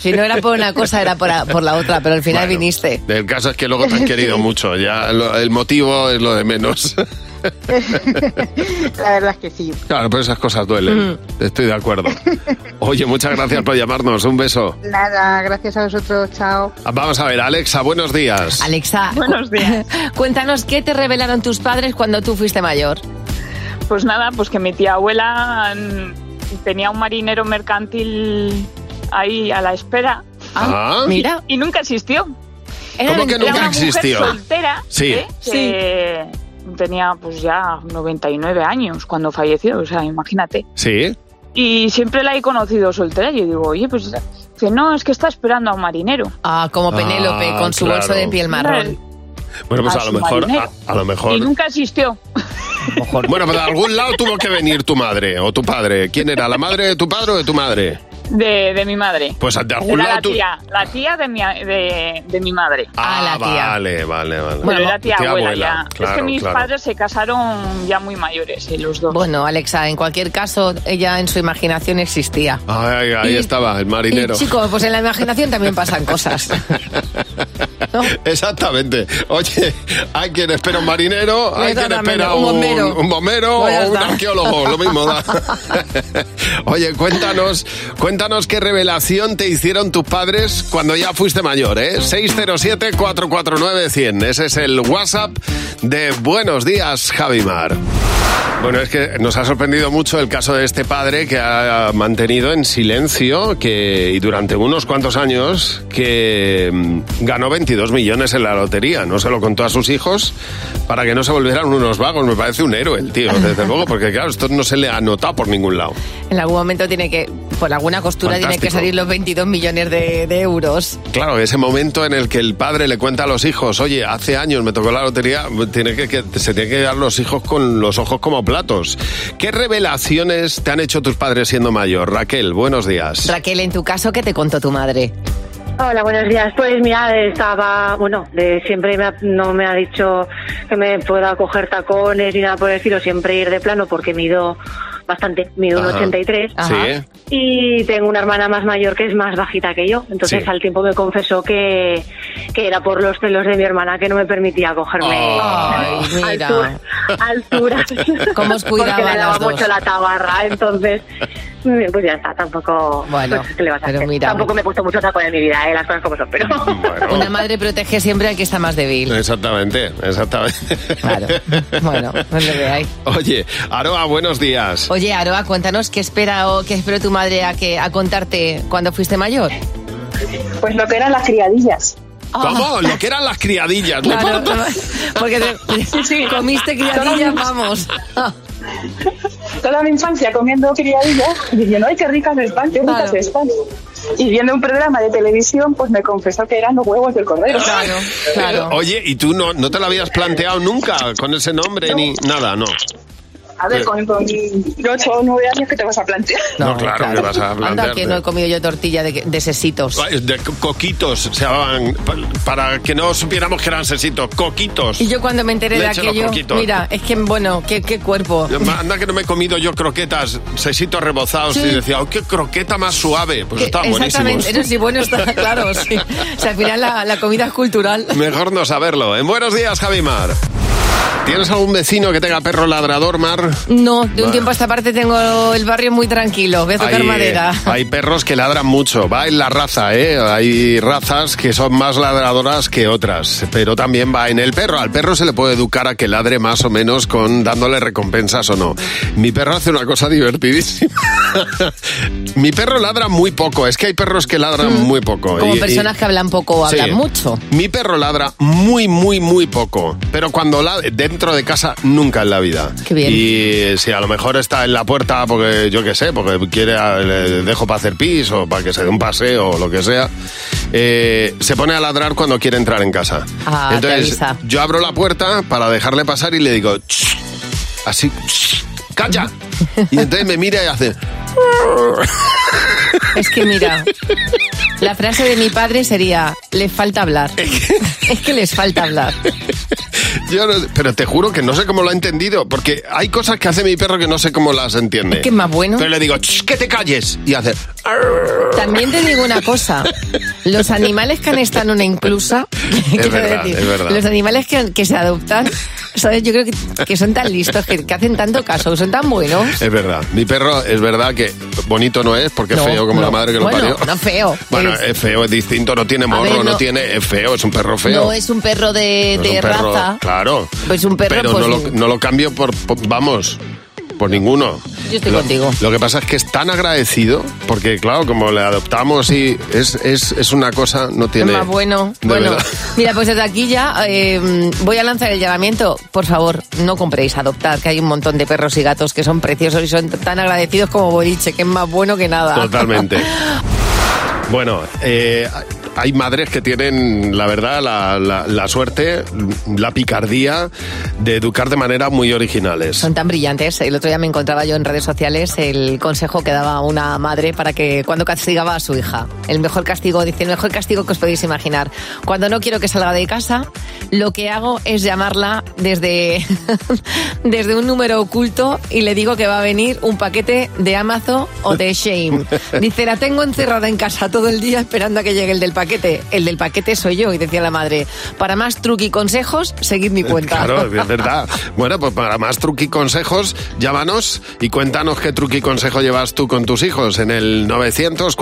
Speaker 4: si no era por una cosa, era por, por la otra, pero al final viniste.
Speaker 3: El caso es que luego te han querido mucho. Ya lo- el motivo es lo de menos.
Speaker 14: La verdad es que sí.
Speaker 3: Claro, pero esas cosas duelen.
Speaker 14: Mm.
Speaker 3: Estoy de acuerdo. Oye, muchas gracias por llamarnos. Un beso.
Speaker 14: Nada, gracias a vosotros, chao.
Speaker 3: Vamos a ver, Alexa, buenos días.
Speaker 4: Alexa, buenos días. Cuéntanos qué te revelaron tus padres cuando tú fuiste mayor.
Speaker 15: Pues nada, pues que mi tía abuela mm, tenía un marinero mercantil ahí a la espera.
Speaker 3: Ah, Ah. mira.
Speaker 15: Y, y nunca existió.
Speaker 3: Era ¿Cómo que mentira. nunca
Speaker 15: una
Speaker 3: existió?
Speaker 15: Mujer soltera.
Speaker 3: Sí.
Speaker 15: ¿eh? Que tenía pues ya 99 años cuando falleció, o sea, imagínate.
Speaker 3: Sí.
Speaker 15: Y siempre la he conocido soltera. Yo digo, oye, pues dice, no, es que está esperando a un marinero.
Speaker 4: Ah, como
Speaker 3: Penélope, Ah, con su claro. bolso de piel marrón. Bueno, pues
Speaker 15: A
Speaker 3: a lo
Speaker 15: su
Speaker 3: mejor, a,
Speaker 15: marinero.
Speaker 3: a lo
Speaker 15: Y
Speaker 3: mejor
Speaker 15: nunca existió.
Speaker 3: Bueno, pero de algún lado tuvo que venir tu madre o tu padre. ¿Quién era? ¿La madre de tu padre o de tu madre?
Speaker 15: De, de mi madre.
Speaker 3: Pues de algún
Speaker 15: Era
Speaker 3: lado
Speaker 15: la
Speaker 3: tú-
Speaker 15: tía, la tía de mi, de, de mi madre.
Speaker 3: Ah, Vale, vale, vale.
Speaker 15: Bueno, era tía, abuela, ya.
Speaker 3: Claro,
Speaker 15: es que mis
Speaker 3: claro.
Speaker 15: padres se casaron ya muy mayores, eh, los dos.
Speaker 4: Bueno, Alexa, en cualquier caso, ella en su imaginación existía.
Speaker 3: Ay, ay, ahí
Speaker 4: Y-
Speaker 3: estaba, el marinero.
Speaker 4: Y chicos, pues en la imaginación también pasan cosas.
Speaker 3: Exactamente. Oye, hay quien espera un marinero, hay quien
Speaker 4: Exactamente,
Speaker 3: espera
Speaker 4: un
Speaker 3: un,
Speaker 4: bombero.
Speaker 3: un bombero
Speaker 4: Pues ya
Speaker 3: o un
Speaker 4: está.
Speaker 3: arqueólogo, lo mismo da. Oye, cuéntanos, cuéntanos qué revelación te hicieron tus padres cuando ya fuiste mayor, ¿eh? 607-449-100. Ese es el WhatsApp de Buenos Días, Javimar. Bueno, es que nos ha sorprendido mucho el caso de este padre que ha mantenido en silencio que, y durante unos cuantos años que mm, ganó 22 millones en la lotería. No se lo contó a sus hijos para que no se volvieran unos vagos. Me parece un héroe el tío, desde luego, porque claro, esto no se le ha notado por ningún lado.
Speaker 4: En algún momento tiene que, por alguna costura, tiene que
Speaker 3: Fantástico.
Speaker 4: salir los 22 millones de, de euros.
Speaker 3: Claro, ese momento en el que el padre le cuenta a los hijos, oye, hace años me tocó la lotería, tiene que, que- se tiene que dar los hijos con los ojos como platos. ¿Qué revelaciones te han hecho tus padres siendo mayor? Raquel, buenos días.
Speaker 4: Raquel, en tu caso, ¿qué te contó tu madre?
Speaker 16: Hola, buenos días. Pues mira, estaba, bueno, de siempre me ha- no me ha dicho que me pueda coger tacones ni nada por el estilo, siempre ir de plano porque mido bastante, mido un
Speaker 3: Ajá.
Speaker 16: 83.
Speaker 3: Sí.
Speaker 16: Y tengo una hermana más mayor que es más bajita que yo. Entonces
Speaker 3: Sí.
Speaker 16: al tiempo me confesó que, que era por los celos de mi hermana que no me permitía cogerme
Speaker 3: Ah.
Speaker 4: Ay, mira.
Speaker 16: altura- alturas.
Speaker 4: ¿Cómo os cuidaban
Speaker 16: Porque me daba
Speaker 4: las dos?
Speaker 16: mucho la tabarra. Entonces, pues ya está, tampoco.
Speaker 4: Bueno,
Speaker 16: pues, ¿qué le vas a
Speaker 4: pero
Speaker 16: hacer?
Speaker 4: mira.
Speaker 16: Tampoco me he puesto mucho saco en mi vida, eh, las cosas como son. Pero
Speaker 4: Una madre protege siempre al que está más débil.
Speaker 3: Exactamente, exactamente.
Speaker 4: Claro. Bueno, no le veáis.
Speaker 3: Oye, Aroa, buenos días.
Speaker 4: Oye, Aroa, cuéntanos qué espera o qué esperó tu madre a que a contarte cuando fuiste mayor.
Speaker 7: Pues lo que eran las criadillas.
Speaker 3: ¿Cómo? Lo que eran las criadillas. ¿no?
Speaker 4: ah. Claro, porque te- comiste criadillas, vamos.
Speaker 7: Toda mi infancia comiendo criadillas, diciendo, ay, qué ricas están, qué ricas están. Y viendo un programa de televisión, pues me confesó que eran los huevos del cordero. Claro,
Speaker 3: Oye, ¿y tú no, no te lo habías planteado nunca con ese nombre ni nada? No.
Speaker 7: A ver, con, con 8 o 9 años, ¿qué te vas a plantear?
Speaker 3: No, claro, que vas a
Speaker 4: Anda, que
Speaker 3: plantearte.
Speaker 4: no he comido yo tortilla de, de sesitos.
Speaker 3: De co- coquitos se llamaban, pa- para que no supiéramos que eran sesitos, coquitos.
Speaker 4: Y yo cuando me enteré de
Speaker 3: Leche los
Speaker 4: aquello,
Speaker 3: coquitos.
Speaker 4: mira, es que, bueno, qué, qué cuerpo.
Speaker 3: Anda que no me he comido yo croquetas, sesitos rebozados y decía, "Oh, qué croqueta más suave! Pues
Speaker 4: Que-
Speaker 3: estaban buenísimos.
Speaker 4: Exactamente, no, sí, bueno, está claro, sí. O sea, al final la, la comida es cultural.
Speaker 3: Mejor no saberlo. En buenos días, Javimar. ¿Tienes algún vecino que tenga perro ladrador, Mar?
Speaker 4: No, de un
Speaker 3: Vale. eh,
Speaker 4: tiempo a esta parte tengo el barrio muy tranquilo, voy a tocar madera.
Speaker 3: hay perros que ladran mucho, va en la raza, ¿eh? Hay razas que son más ladradoras que otras, pero también va en el perro. Al perro se le puede educar a que ladre más o menos con dándole recompensas o no. Mi perro hace una cosa divertidísima. Mi perro ladra muy poco, es que hay perros que ladran muy poco.
Speaker 4: Mm. Como
Speaker 3: Y- y-
Speaker 4: personas que hablan poco o
Speaker 3: Sí.
Speaker 4: hablan mucho.
Speaker 3: Mi perro ladra muy, muy, muy poco. Pero cuando ladra dentro de casa, nunca en la vida.
Speaker 4: Qué bien.
Speaker 3: Y si a lo mejor está en la puerta porque yo qué sé, porque quiere, a- le dejo para hacer pis o para que se dé un paseo o lo que sea, eh, se pone a ladrar cuando quiere entrar en casa.
Speaker 4: Ah, te
Speaker 3: Entonces,
Speaker 4: avisa.
Speaker 3: yo abro la puerta para dejarle pasar y le digo, "Shh", así, "Shh, ¡calla! Y entonces me mira y hace.
Speaker 4: Es que mira, la frase de mi padre sería, les falta hablar. Es que les falta hablar.
Speaker 3: Yo no- pero te juro que no sé cómo lo ha entendido, porque hay cosas que hace mi perro que no sé cómo las entiende.
Speaker 4: Es que es más bueno.
Speaker 3: Pero le digo, "Shh, que te calles. Y hace,
Speaker 4: También te digo una cosa, los animales que han estado en una inclusa, quiero
Speaker 3: verdad, es verdad.
Speaker 4: los animales que, que se adoptan, ¿sabes? Yo creo que, que son tan listos, que, que hacen tanto caso, que son tan buenos.
Speaker 3: es verdad. Mi perro es verdad que bonito no es, porque es
Speaker 4: No,
Speaker 3: feo como
Speaker 4: no.
Speaker 3: la madre que
Speaker 4: bueno,
Speaker 3: lo parió.
Speaker 4: no feo.
Speaker 3: Bueno,
Speaker 4: es-
Speaker 3: es feo, es distinto, no tiene morro,
Speaker 4: ver,
Speaker 3: no,
Speaker 4: no-
Speaker 3: tiene, es feo, es un perro feo.
Speaker 4: No es un perro de,
Speaker 3: No es
Speaker 4: de
Speaker 3: Pues un perro-
Speaker 4: raza.
Speaker 3: Claro.
Speaker 4: Pues un perro,
Speaker 3: Pero
Speaker 4: pues,
Speaker 3: no, lo, no lo cambio por, por- vamos, por ninguno.
Speaker 4: Yo estoy
Speaker 3: Lo-
Speaker 4: contigo.
Speaker 3: Lo que pasa es que es tan agradecido, porque claro, como le adoptamos y es, es, es una cosa, no tiene...
Speaker 4: Es más bueno.
Speaker 3: de
Speaker 4: bueno,
Speaker 3: verdad.
Speaker 4: mira, pues desde aquí ya eh, voy a lanzar el llamamiento. Por favor, no compréis adoptar, que hay un montón de perros y gatos que son preciosos y son tan agradecidos como Boliche, que es más bueno que nada.
Speaker 3: Totalmente. Bueno, eh, hay madres que tienen, la verdad, la, la- la suerte, la picardía de educar de manera muy originales.
Speaker 4: Son tan brillantes. El otro día me encontraba yo en redes sociales el consejo que daba una madre para que cuando castigaba a su hija. El mejor castigo, dice, el mejor castigo que os podéis imaginar. Cuando no quiero que salga de casa, lo que hago es llamarla desde, desde un número oculto y le digo que va a venir un paquete de Amazon o de Shame. Dice, la tengo encerrada en casa todo el día esperando a que llegue el del paquete. El del paquete soy yo, y decía la madre. Para más truqui y consejos, seguid mi cuenta.
Speaker 3: Claro, es verdad. Bueno, pues para más truqui y consejos, llámanos y cuéntanos qué truqui y consejo llevas tú con tus hijos en el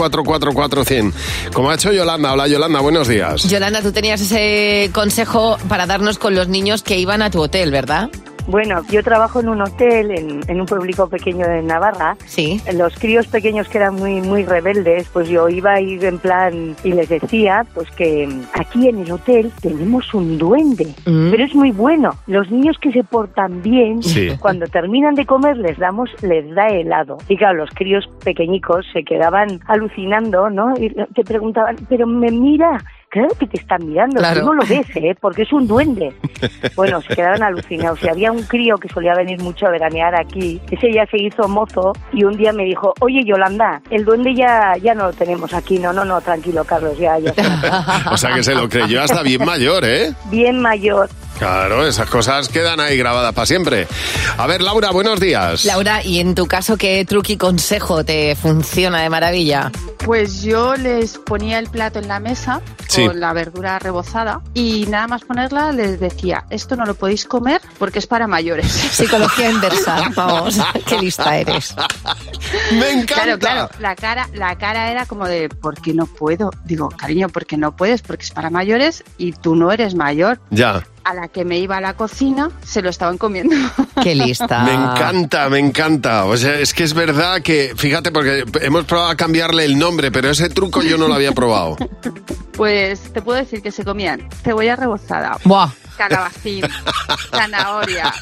Speaker 3: 900-444-100. Como ha hecho Yolanda. Hola, Yolanda, buenos días.
Speaker 4: Yolanda, tú tenías ese consejo para darnos con los niños que iban a tu hotel, ¿verdad?
Speaker 17: Bueno, yo trabajo en un hotel, en, en un pueblico pequeño de Navarra.
Speaker 4: Sí.
Speaker 17: Los críos pequeños que eran muy, muy rebeldes, pues yo iba a ir en plan y les decía, pues que aquí en el hotel tenemos un duende,
Speaker 4: Mm.
Speaker 17: pero es muy bueno. Los niños que se portan bien,
Speaker 18: Sí.
Speaker 17: cuando terminan de comer les damos, les da helado. Y claro, los críos pequeñicos se quedaban alucinando, ¿no? Y te preguntaban, pero me mira. Claro que te están mirando,
Speaker 18: Claro.
Speaker 17: tú no lo ves, ¿eh? porque es un duende. Bueno, se quedaron alucinados. Y había un crío que solía venir mucho a veranear aquí. Ese ya se hizo mozo y un día me dijo, oye Yolanda, el duende ya, ya no lo tenemos aquí. No, no, no, tranquilo Carlos, ya, ya. está".
Speaker 3: O sea que se lo creyó hasta bien mayor, ¿eh?
Speaker 17: Bien mayor.
Speaker 3: Claro, esas cosas quedan ahí grabadas para siempre. A ver, Laura, buenos días.
Speaker 4: Laura, ¿y en tu caso qué truqui consejo te funciona de maravilla?
Speaker 18: Pues yo les ponía el plato en la mesa
Speaker 3: Sí.
Speaker 18: con la verdura rebozada y nada más ponerla les decía, esto no lo podéis comer porque es para mayores.
Speaker 4: Psicología inversa, vamos, qué lista eres.
Speaker 3: Me
Speaker 18: Claro, claro, la cara, la cara era como de, ¿por qué no puedo? Digo, cariño, ¿por qué no puedes? Porque es para mayores y tú no eres mayor.
Speaker 3: Ya.
Speaker 18: A la que me iba a la cocina, se lo estaban comiendo.
Speaker 4: Qué lista.
Speaker 18: Ah.
Speaker 3: Me encanta, me encanta. O sea, es que es verdad que, fíjate, porque hemos probado a cambiarle el nombre, pero ese truco yo no lo había probado.
Speaker 18: Pues te puedo decir que se comían cebolla rebozada,
Speaker 4: Buah.
Speaker 18: calabacín, zanahoria.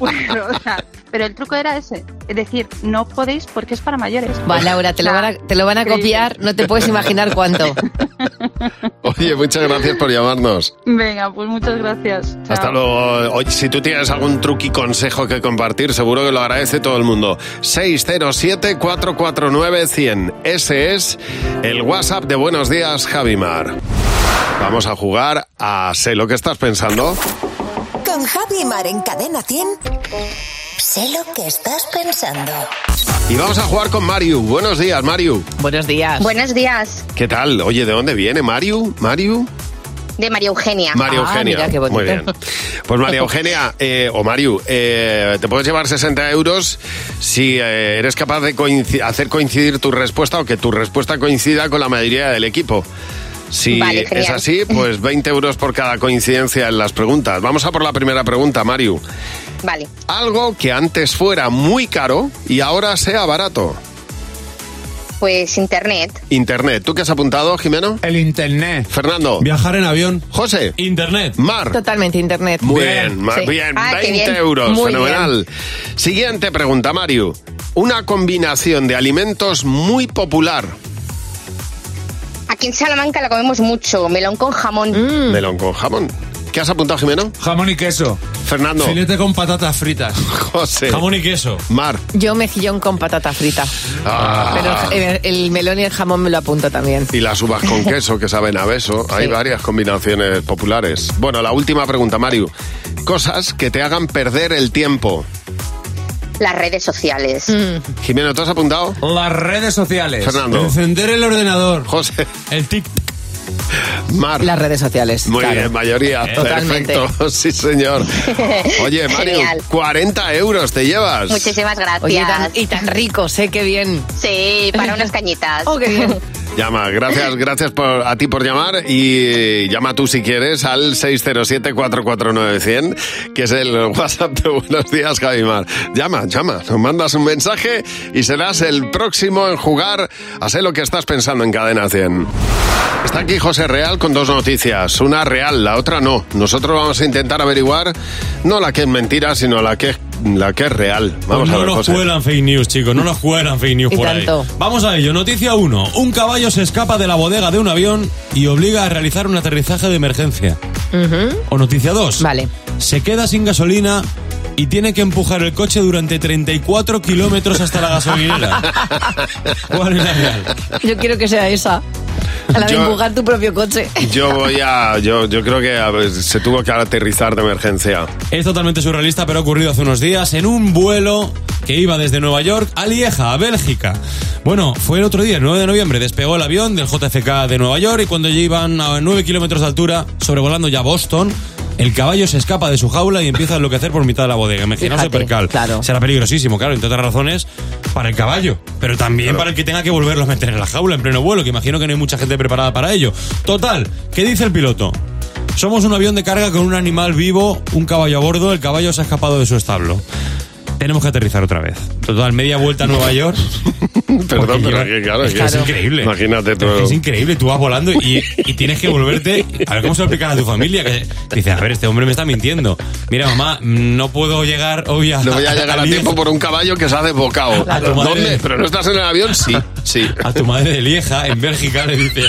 Speaker 18: Bueno, o sea, pero el truco era ese, es decir, no podéis porque es para mayores.
Speaker 4: Va, Laura, te lo van a, te lo van a
Speaker 18: Increíble.
Speaker 4: copiar, no te puedes imaginar cuánto.
Speaker 3: Oye, muchas gracias por llamarnos.
Speaker 18: Venga, pues muchas gracias.
Speaker 3: Hasta luego. Oye, si tú tienes algún truqui consejo que compartir, seguro que lo agradece todo el mundo. 607-449-100. Ese es el WhatsApp de Buenos Días, Javimar. Vamos a jugar a Sé lo que estás pensando.
Speaker 19: Con Javi y Mar en Cadena 100. Sé lo que estás pensando.
Speaker 3: Y vamos a jugar con Mario. Buenos días, Mario.
Speaker 4: Buenos días.
Speaker 1: Buenos días,
Speaker 3: ¿Qué tal? Oye, ¿de dónde viene Mario? ¿Mario?
Speaker 1: de María Eugenia.
Speaker 3: María
Speaker 20: Ah,
Speaker 3: Eugenia. Muy bien. Pues María Eugenia, eh, o Mario, eh, te puedes llevar 60 euros si eh, eres capaz de coinci- hacer coincidir tu respuesta o que tu respuesta coincida con la mayoría del equipo. Si
Speaker 20: Vale, genial.
Speaker 3: es así, pues 20 euros por cada coincidencia en las preguntas. Vamos a por la primera pregunta, Mario.
Speaker 1: Vale.
Speaker 3: Algo que antes fuera muy caro y ahora sea barato.
Speaker 1: Pues internet.
Speaker 3: Internet. ¿Tú qué has apuntado, Jimeno?
Speaker 5: El internet.
Speaker 3: Fernando.
Speaker 5: Viajar en avión.
Speaker 3: José.
Speaker 5: Internet.
Speaker 3: Mar.
Speaker 4: Totalmente internet.
Speaker 3: Muy bien, ma-
Speaker 4: Sí.
Speaker 3: bien,
Speaker 4: Ah, qué
Speaker 3: 20
Speaker 4: bien.
Speaker 3: euros,
Speaker 4: Muy
Speaker 3: fenomenal. Siguiente pregunta, Mario. Una combinación de alimentos muy popular.
Speaker 1: Aquí en Salamanca la comemos mucho, melón con jamón.
Speaker 3: Mm.
Speaker 4: Mm.
Speaker 3: Melón con jamón. ¿Qué has apuntado, Jimeno?
Speaker 5: Jamón y queso.
Speaker 3: Fernando.
Speaker 5: Filete con patatas fritas.
Speaker 3: José.
Speaker 5: Jamón y queso.
Speaker 3: Mar.
Speaker 4: bien. Yo mejillón con patata frita.
Speaker 3: Ah.
Speaker 4: Pero el, el melón y el jamón me lo apunto también.
Speaker 3: Y las uvas con queso, que saben a beso. Hay varias combinaciones populares. Bueno, la última pregunta, Mario. Cosas que te hagan perder el tiempo.
Speaker 1: Las redes sociales.
Speaker 4: Mm.
Speaker 3: Jimeno, ¿te has apuntado?
Speaker 5: Las redes sociales.
Speaker 3: Fernando.
Speaker 5: Encender el ordenador.
Speaker 3: José.
Speaker 5: El tic.
Speaker 3: Mar.
Speaker 4: Las redes sociales.
Speaker 3: Muy
Speaker 4: Pues claro. Eh,
Speaker 3: bien, mayoría.
Speaker 4: Totalmente.
Speaker 3: Perfecto. Sí, señor. Oye, Mario,
Speaker 1: Genial.
Speaker 3: 40 euros te llevas.
Speaker 1: Muchísimas gracias.
Speaker 4: Oye, tan- y tan rico, sé qué bien.
Speaker 1: Sí, para unas cañitas.
Speaker 4: Oh,
Speaker 3: Llama, gracias, gracias por, a ti por llamar y llama tú si quieres al 607-449-100, que es el WhatsApp de Buenos Días, Javimar. Llama, llama, nos mandas un mensaje y serás el próximo en jugar a sé lo que estás pensando en Cadena 100. Está aquí José Real con dos noticias, una real, la otra no. Nosotros vamos a intentar averiguar no la que es mentira, sino la que, es- la que es real. Vamos
Speaker 21: Pues no
Speaker 3: a ver,
Speaker 21: nos
Speaker 3: José.
Speaker 21: cuelan fake news, chicos, no nos cuelan fake news
Speaker 3: Y
Speaker 21: por
Speaker 3: tanto.
Speaker 21: ahí. Vamos a ello, noticia 1. Un caballo se escapa de la bodega de un avión y obliga a realizar un aterrizaje de emergencia.
Speaker 4: Ujú.
Speaker 21: O noticia 2.
Speaker 4: Vale.
Speaker 21: Se queda sin gasolina y tiene que empujar el coche durante 34 kilómetros hasta la gasolinera. ¿Cuál es la real?
Speaker 4: Yo quiero que sea esa. A la de
Speaker 3: Yo-
Speaker 4: empujar tu propio coche.
Speaker 3: Yo voy a. Yo, yo creo que a ver, se tuvo que aterrizar de emergencia.
Speaker 21: Es totalmente surrealista, pero ha ocurrido hace unos días en un vuelo que iba desde Nueva York a Lieja, a Bélgica. Bueno, fue el otro día, el 9 de noviembre, despegó el avión del JFK de Nueva York y cuando ya iban a 9 kilómetros de altura, sobrevolando ya Boston, el caballo se escapa de su jaula y empieza a enloquecer por mitad de la bodega. Imaginaos el
Speaker 4: Fíjate,
Speaker 21: percal. Será peligrosísimo, claro, entre otras razones, para el caballo, pero también para el que tenga que volverlo a meter en la jaula en pleno vuelo, que imagino que no hay mucha gente preparada para ello. Total, ¿qué dice el piloto? Somos un avión de carga con un animal vivo, un caballo a bordo, el caballo se ha escapado de su establo. Tenemos que aterrizar otra vez. Total, media vuelta a Nueva York.
Speaker 3: Perdón, pero
Speaker 21: lleva-
Speaker 3: es que, claro,
Speaker 21: es,
Speaker 3: es
Speaker 21: que es
Speaker 3: que-
Speaker 21: increíble.
Speaker 3: Imagínate tú.
Speaker 21: Es, que es increíble, tú vas volando y, y tienes que volverte. A ver cómo se lo explican a tu familia. Que dice, a ver, este hombre me está mintiendo. Mira, mamá, no puedo llegar hoy a.
Speaker 3: No voy a llegar a
Speaker 21: Lieja".
Speaker 3: tiempo por un caballo que se ha desbocado.
Speaker 21: Claro.
Speaker 3: ¿Dónde? ¿Pero no estás en el avión? Sí.
Speaker 21: a tu madre de Lieja, en Bélgica, le dices,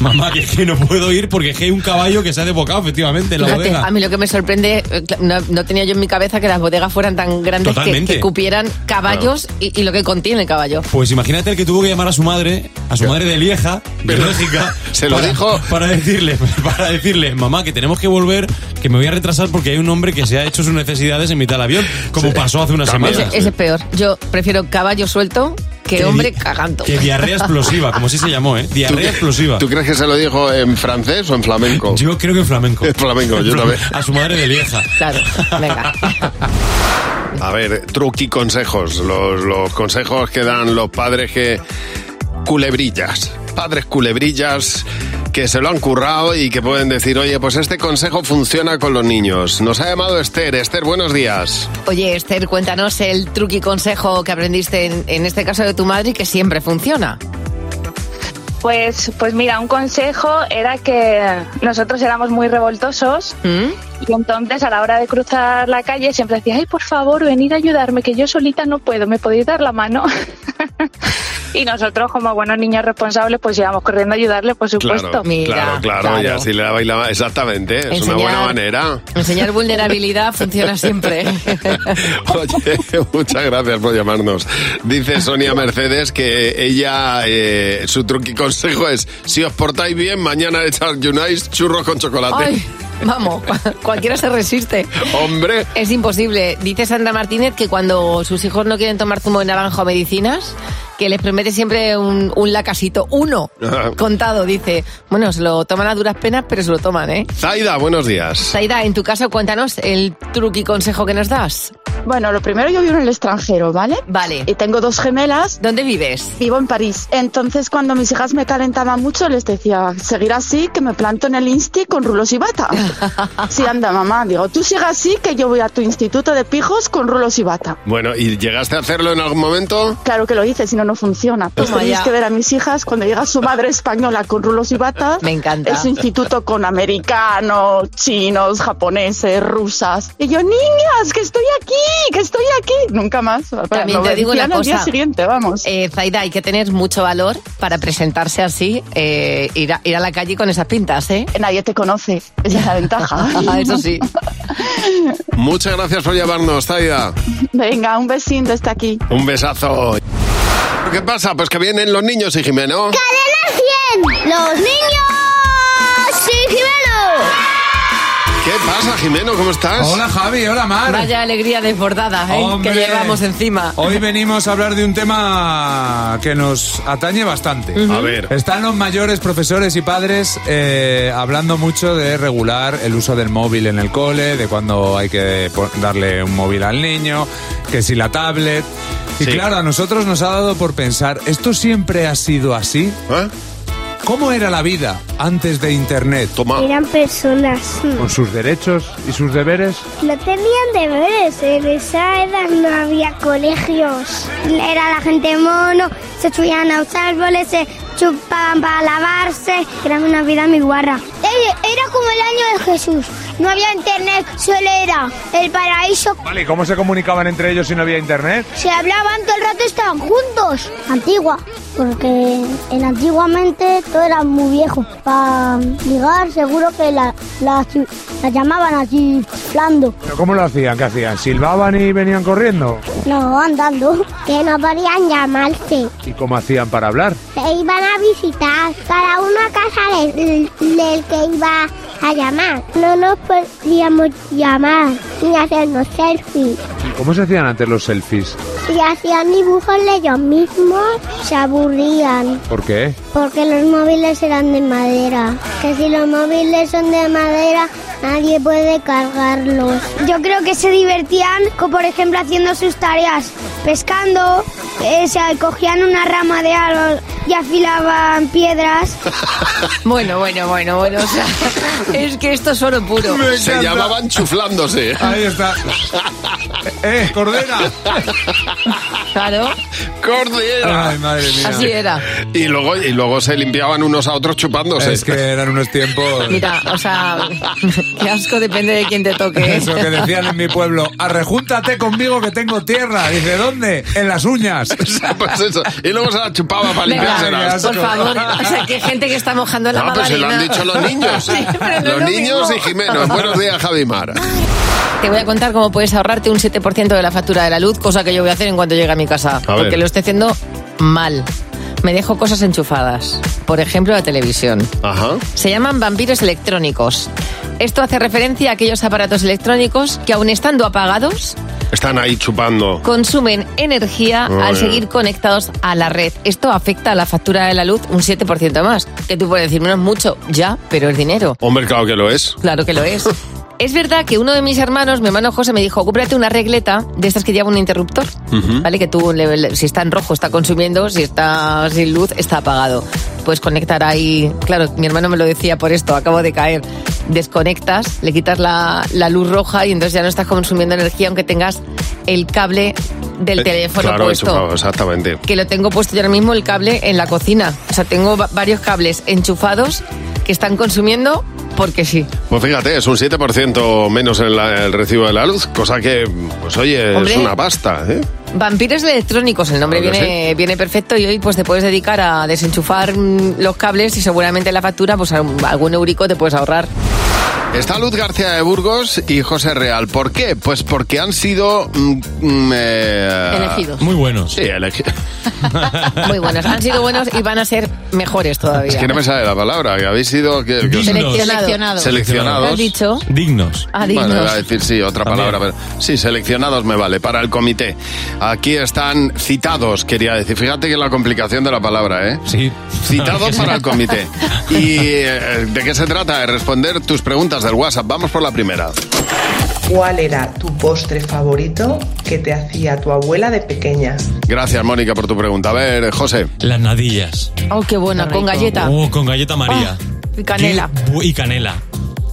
Speaker 21: mamá, que es que no puedo ir porque es que hay un caballo que se ha desbocado efectivamente en la
Speaker 4: Fíjate,
Speaker 21: bodega.
Speaker 4: a mí lo que me sorprende, eh, cla- no, no tenía yo en mi cabeza que las bodegas fueran tan grandes que,
Speaker 21: Totalmente.
Speaker 4: que cupieran caballos y, y lo que contiene el caballo.
Speaker 21: Pues imagínate el que tuvo que llamar a su madre, a su madre de Lieja, de Bélgica,
Speaker 3: se lo
Speaker 21: para,
Speaker 3: dijo.
Speaker 21: para decirle, para decirle, mamá, que tenemos que volver, que me voy a retrasar porque hay un hombre que se ha hecho sus necesidades en mitad del avión, como pasó hace una semana.
Speaker 4: Ese, ese es peor. Yo prefiero caballo suelto que
Speaker 21: Que
Speaker 4: hombre
Speaker 21: di-
Speaker 4: cagando.
Speaker 21: Que diarrea explosiva, como así se llamó, ¿eh? Diarrea explosiva.
Speaker 3: ¿Tú crees que se lo dijo en francés o en flamenco?
Speaker 21: Yo creo que en flamenco.
Speaker 3: En flamenco, yo también.
Speaker 21: A su madre de Lieja.
Speaker 4: Claro, venga.
Speaker 3: A ver, truqui consejos. Los, los consejos que dan los padres que. Culebrillas. Padres culebrillas que se lo han currado y que pueden decir, oye, pues este consejo funciona con los niños. Nos ha llamado Esther. Esther, buenos días.
Speaker 4: Oye, Esther, cuéntanos el truqui consejo que aprendiste en, en este caso de tu madre y que siempre funciona.
Speaker 20: Pues, pues mira, un consejo era que nosotros éramos muy revoltosos
Speaker 4: ¿Mm?
Speaker 20: y entonces a la hora de cruzar la calle siempre decía, ay, por favor, venid a ayudarme, que yo solita no puedo, ¿me podéis dar la mano? y nosotros como buenos niños responsables pues íbamos corriendo a ayudarle, por supuesto.
Speaker 3: claro, claro, y así le daba y la- Exactamente, es una
Speaker 4: Enseñar-
Speaker 3: buena manera.
Speaker 4: Enseñar vulnerabilidad funciona siempre.
Speaker 3: Oye, muchas gracias por llamarnos. Dice Sonia Mercedes que ella, eh, su truqui consejo es, si os portáis bien, mañana desayunáis churros con chocolate.
Speaker 4: Ay, vamos, cualquiera se resiste.
Speaker 3: Hombre,
Speaker 4: Es imposible. Dice Sandra Martínez que cuando sus hijos no quieren tomar zumo de naranja o medicinas, que les promete siempre un, un lacasito. Uno contado, dice. Bueno, se lo toman a duras penas, pero se lo toman, ¿eh?
Speaker 3: Zaida, buenos días.
Speaker 4: Saida, en tu caso, cuéntanos el truqui consejo que nos das.
Speaker 22: Bueno, lo primero yo vivo en el extranjero, ¿vale?
Speaker 4: Vale.
Speaker 22: Y tengo dos gemelas.
Speaker 4: ¿Dónde vives?
Speaker 22: Vivo en París. Entonces, cuando mis hijas me calentaban mucho, les decía, seguir así, que me planto en el insti con rulos y bata. sí, anda, mamá. Digo, tú sigas así, que yo voy a tu instituto de pijos con rulos y bata.
Speaker 3: Bueno, ¿y llegaste a hacerlo en algún momento?
Speaker 22: Claro que lo hice, si no, no funciona. Pues
Speaker 3: Toma
Speaker 22: tenéis
Speaker 3: ya.
Speaker 22: que ver a mis hijas cuando llega su madre española con rulos y bata.
Speaker 4: Me encanta.
Speaker 22: En su instituto con americanos, chinos, japoneses, rusas. Y yo, niñas, que estoy aquí, que estoy aquí. Nunca más.
Speaker 4: También te digo una
Speaker 22: Al día
Speaker 4: cosa.
Speaker 22: siguiente, vamos.
Speaker 4: Eh, Zaida, hay que tener mucho valor para presentarse así, eh, ir, a, ir a la calle con esas pintas, ¿eh?
Speaker 22: Nadie te conoce, esa es la ventaja.
Speaker 4: Eso sí.
Speaker 3: Muchas gracias por llamarnos, Zaida.
Speaker 22: Venga, un besín desde aquí.
Speaker 3: Un besazo. ¿Qué pasa? Pues que vienen los niños y Jimeno.
Speaker 23: ¡Cadena 100! ¡Los niños! ¡Sí, Jimeno!
Speaker 3: ¿Qué pasa, Jimeno? ¿Cómo estás?
Speaker 24: Hola, Javi, hola, Mar.
Speaker 4: Vaya alegría desbordada, ¿eh?
Speaker 24: Hombre.
Speaker 4: Que llevamos encima.
Speaker 24: Hoy venimos a hablar de un tema que nos atañe bastante.
Speaker 4: Ujú. A
Speaker 3: ver.
Speaker 24: Están los mayores profesores y padres eh, hablando mucho de regular el uso del móvil en el cole, de cuando hay que po- darle un móvil al niño, que si la tablet. Y claro, a nosotros nos ha dado por pensar, ¿esto siempre ha sido así?
Speaker 3: ¿Eh?
Speaker 24: ¿Cómo era la vida antes de Internet?
Speaker 23: Eran personas.
Speaker 24: Con sus derechos y sus deberes.
Speaker 23: No tenían deberes, en esa edad no había colegios. Era la gente mono, se subían a los árboles, se chupaban para lavarse. Era una vida muy guarra. Eh, Era como el año de Jesús. No había internet, solo era el paraíso.
Speaker 24: Vale, ¿y cómo se comunicaban entre ellos si no había Internet?
Speaker 23: Se hablaban todo el rato, estaban juntos. Antigua, porque en antiguamente todo era muy viejo. Para ligar seguro que la, la- la llamaban así, flando.
Speaker 24: ¿Pero cómo lo hacían? ¿Qué hacían? ¿Silbaban y venían corriendo?
Speaker 23: No, andando. Que no podían llamarse.
Speaker 24: ¿Y cómo hacían para hablar?
Speaker 23: Se iban a visitar cada uno a casa del, del que iba a llamar. No nos podíamos llamar ni hacernos selfies.
Speaker 24: ¿Y cómo se hacían antes los selfies?
Speaker 23: Si hacían dibujos de ellos mismos, se aburrían.
Speaker 24: ¿Por qué?
Speaker 23: Porque los móviles eran de madera. Que si los móviles son de madera, nadie puede cargarlos. Yo creo que se divertían, co- por ejemplo, haciendo sus tareas. Pescando, eh, se cogían una rama de árbol y afilaban piedras.
Speaker 4: Bueno, bueno, bueno, bueno. o sea, es que esto es oro puro.
Speaker 3: Se llamaban chuflándose.
Speaker 24: Ahí está. ¡Eh, Cordera!
Speaker 4: Claro.
Speaker 3: ¡Cordera!
Speaker 24: Ay, madre mía.
Speaker 4: Así era.
Speaker 3: Y luego, y luego se limpiaban unos a otros chupándose.
Speaker 24: Pues Es que eran unos tiempos.
Speaker 4: Mira, o sea, qué asco depende de quién te toque. ¿eh?
Speaker 24: Eso que decían en mi pueblo, arrejúntate conmigo que tengo tierra. Dice, ¿dónde? En las uñas.
Speaker 3: Pues eso. Y luego se la chupaba para
Speaker 4: Venga,
Speaker 3: limpiárselas.
Speaker 4: por favor. O sea, que hay gente que está mojando la
Speaker 3: No, pues se lo han
Speaker 4: magdalena.
Speaker 3: dicho los niños.
Speaker 4: Sí, pero no es
Speaker 3: los
Speaker 4: lo
Speaker 3: niños
Speaker 4: mismo.
Speaker 3: y Jimeno. Buenos días, Javi Mar.
Speaker 4: Te voy a contar cómo puedes ahorrarte un 7% de la factura de la luz, cosa que yo voy a hacer en cuanto llegue a mi casa.
Speaker 3: ver.
Speaker 4: porque lo estoy haciendo mal. Me dejo cosas enchufadas. Por ejemplo, la televisión.
Speaker 3: Ajá.
Speaker 4: Se llaman vampiros electrónicos. Esto hace referencia a aquellos aparatos electrónicos que, aun estando apagados,
Speaker 3: Están ahí chupando.
Speaker 4: consumen energía
Speaker 3: Muy
Speaker 4: al
Speaker 3: bien.
Speaker 4: seguir conectados a la red. Esto afecta a la factura de la luz un 7% más. Que tú puedes decir, menos mucho, ya, pero es dinero.
Speaker 3: Hombre, claro que lo es.
Speaker 4: Claro que lo es. Es verdad que uno de mis hermanos, mi hermano José, me dijo, cómprate una regleta de estas que lleva un interruptor,
Speaker 3: Ujú.
Speaker 4: ¿vale? Que tú, le- le- si está en rojo, está consumiendo, si está sin luz, está apagado. Puedes conectar ahí, claro, mi hermano me lo decía por esto, acabo de caer. Desconectas, le quitas la, la luz roja y entonces ya no estás consumiendo energía aunque tengas el cable del
Speaker 3: Eh,
Speaker 4: teléfono
Speaker 3: claro,
Speaker 4: puesto
Speaker 3: enchufado, exactamente.
Speaker 4: que lo tengo puesto yo ahora mismo el cable en la cocina. O sea, tengo va- varios cables enchufados que están consumiendo porque sí.
Speaker 3: Pues fíjate, es un 7% menos en la- el recibo de la luz, cosa que, pues oye,
Speaker 4: Hombre.
Speaker 3: es una pasta, ¿eh?
Speaker 4: Vampiros electrónicos, el nombre
Speaker 3: Claro que
Speaker 4: viene, viene perfecto y hoy pues te puedes dedicar a desenchufar mm, los cables y seguramente la factura pues algún algún eurico te puedes ahorrar.
Speaker 3: Está Luz García de Burgos y José Real. ¿Por qué? Pues porque han sido... mm, mm, eh,
Speaker 4: Elegidos.
Speaker 21: Muy buenos.
Speaker 3: Sí, elegidos.
Speaker 4: Muy buenos, han sido buenos y van a ser mejores
Speaker 3: Es
Speaker 4: todavía.
Speaker 3: que no me sale la palabra, que habéis sido... que- que os-
Speaker 4: Seleccionados.
Speaker 3: Seleccionados.
Speaker 4: ¿Has dicho?
Speaker 21: Dignos.
Speaker 4: Ah,
Speaker 3: Bueno,
Speaker 4: dignos.
Speaker 3: iba a decir sí, otra palabra. Pero, sí, seleccionados me vale, para el comité. Aquí están citados, quería decir. Fíjate que la complicación de la palabra, ¿eh?
Speaker 21: Sí.
Speaker 3: Citados para el comité. ¿Y eh, de qué se trata? De responder tus preguntas del WhatsApp. Vamos por la primera.
Speaker 2: ¿Cuál era tu postre favorito que te hacía tu abuela de pequeña?
Speaker 3: Gracias, Mónica, por tu pregunta. A ver, José.
Speaker 21: Las nadillas.
Speaker 4: Oh, qué buena, con galleta
Speaker 3: Uh,
Speaker 4: Ah,
Speaker 21: Oh, con galleta María.
Speaker 4: y canela.
Speaker 21: Qué bu- y canela.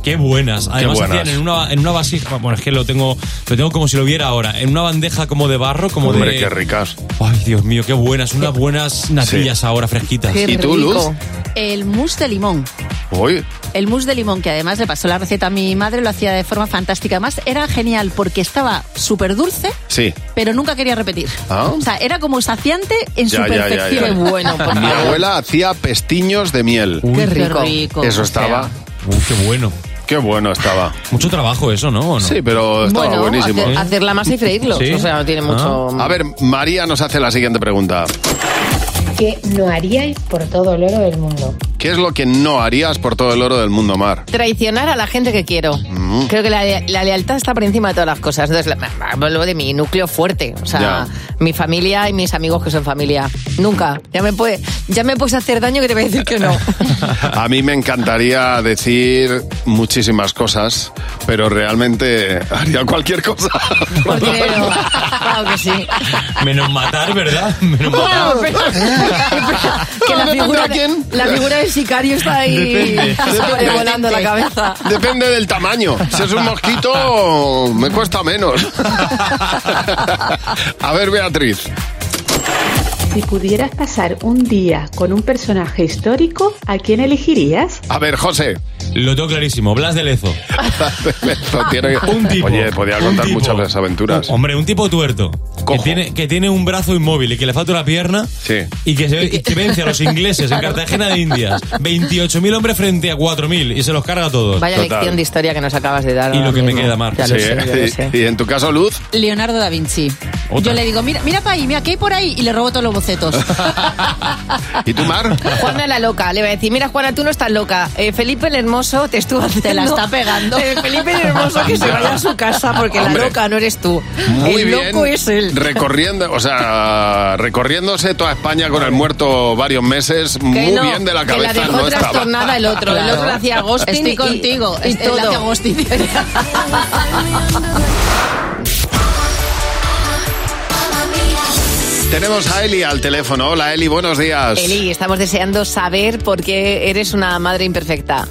Speaker 21: Qué buenas. Además
Speaker 3: buenas.
Speaker 21: hacían en una, en una vasija. Bueno, es que lo tengo, lo tengo como si lo viera ahora. En una bandeja como de barro, como
Speaker 3: Hombre,
Speaker 21: de.
Speaker 3: qué ricas.
Speaker 21: Ay, Dios mío, qué buenas. Unas buenas natillas ahora, fresquitas.
Speaker 9: Qué rico. El mousse de limón.
Speaker 3: Uy,
Speaker 9: El mousse de limón, que además le pasó la receta a mi madre, lo hacía de forma fantástica. Además, era genial porque estaba súper dulce,
Speaker 3: sí.
Speaker 9: pero nunca quería repetir.
Speaker 3: Ah.
Speaker 9: O sea, era como saciante en su perfección.
Speaker 3: Mi abuela hacía pestiños de miel.
Speaker 9: Uy, Qué rico. rico.
Speaker 3: Eso
Speaker 9: O
Speaker 3: estaba.
Speaker 21: qué bueno.
Speaker 3: Qué bueno estaba.
Speaker 21: Mucho trabajo eso, ¿no? ¿O no?
Speaker 3: Sí, pero estaba
Speaker 4: Bueno,
Speaker 3: buenísimo.
Speaker 4: hacer, hacer la masa y freírlos.
Speaker 3: ¿Sí?
Speaker 4: O sea, no tiene mucho.
Speaker 3: A ver, María nos hace la siguiente pregunta.
Speaker 10: ¿Qué no haríais por todo el oro del mundo?
Speaker 3: ¿Qué es lo que no harías por todo el oro del mundo, Mar?
Speaker 4: Traicionar a la gente que quiero.
Speaker 3: Mm.
Speaker 4: Creo que la, la lealtad está por encima de todas las cosas. Entonces, la- hablo de mi núcleo fuerte. O sea,
Speaker 3: Ya.
Speaker 4: mi familia y mis amigos que son familia. Nunca. Ya me, puede, ya me puedes hacer daño que te voy a decir que no.
Speaker 3: A mí me encantaría decir muchísimas cosas, pero realmente haría cualquier cosa.
Speaker 4: claro que sí.
Speaker 21: Menos matar, ¿verdad? Menos
Speaker 4: No,
Speaker 21: matar.
Speaker 4: pero- que la figura, de, la figura del sicario está ahí
Speaker 3: Depende.
Speaker 4: sobrevolando la cabeza.
Speaker 3: Depende del tamaño. Si es un mosquito, me cuesta menos. A ver, Beatriz.
Speaker 11: Si pudieras pasar un día con un personaje histórico, ¿a quién elegirías?
Speaker 3: A ver, José.
Speaker 21: Lo tengo clarísimo. Blas de Lezo.
Speaker 3: Tiene-
Speaker 21: Un tipo.
Speaker 3: Eh, Oye, podía
Speaker 21: un
Speaker 3: contar
Speaker 21: tipo.
Speaker 3: muchas de las aventuras.
Speaker 21: Hombre, un tipo tuerto. Que tiene, que tiene un brazo inmóvil y que le falta una pierna.
Speaker 3: Sí.
Speaker 21: Y que, se, y que vence a los ingleses en Cartagena de Indias. 28.000 hombres frente a 4.000 y se los carga a todos.
Speaker 4: Vaya lección de historia que nos acabas de dar.
Speaker 21: Y
Speaker 4: ahora
Speaker 21: lo que me
Speaker 4: mismo.
Speaker 21: queda, Mar.
Speaker 4: Ya lo sé, ya lo
Speaker 3: Y-
Speaker 4: sé.
Speaker 3: y, en tu caso, Luz.
Speaker 9: Leonardo da Vinci.
Speaker 3: Otra.
Speaker 9: Yo le digo, mira, mira para ahí, mira, ¿qué hay por ahí? Y le robo todos los bocetos.
Speaker 3: ¿Y tú, Mar?
Speaker 4: Juana la loca, le va a decir, mira Juana, tú no estás loca. Eh, Felipe el Hermoso te estuvo haciendo...
Speaker 9: Te la está pegando.
Speaker 4: Eh, Felipe el Hermoso que se vaya a su casa porque
Speaker 3: Hombre.
Speaker 4: la loca no eres tú.
Speaker 3: Muy
Speaker 4: el
Speaker 3: bien.
Speaker 4: loco es él.
Speaker 3: Recorriendo, o sea, recorriéndose toda España con el muerto varios meses, muy
Speaker 4: no,
Speaker 3: bien de la
Speaker 4: que
Speaker 3: cabeza
Speaker 4: la dejó
Speaker 3: no estaba.
Speaker 4: trastornada el otro. El otro le hacía ghosting
Speaker 9: Estoy
Speaker 4: y-
Speaker 9: contigo.
Speaker 4: y
Speaker 9: es- él le
Speaker 4: todo.
Speaker 9: hace ghosting.
Speaker 3: Tenemos a Eli al teléfono. Hola, Eli, buenos días.
Speaker 4: Eli, estamos deseando saber por qué eres una madre imperfecta.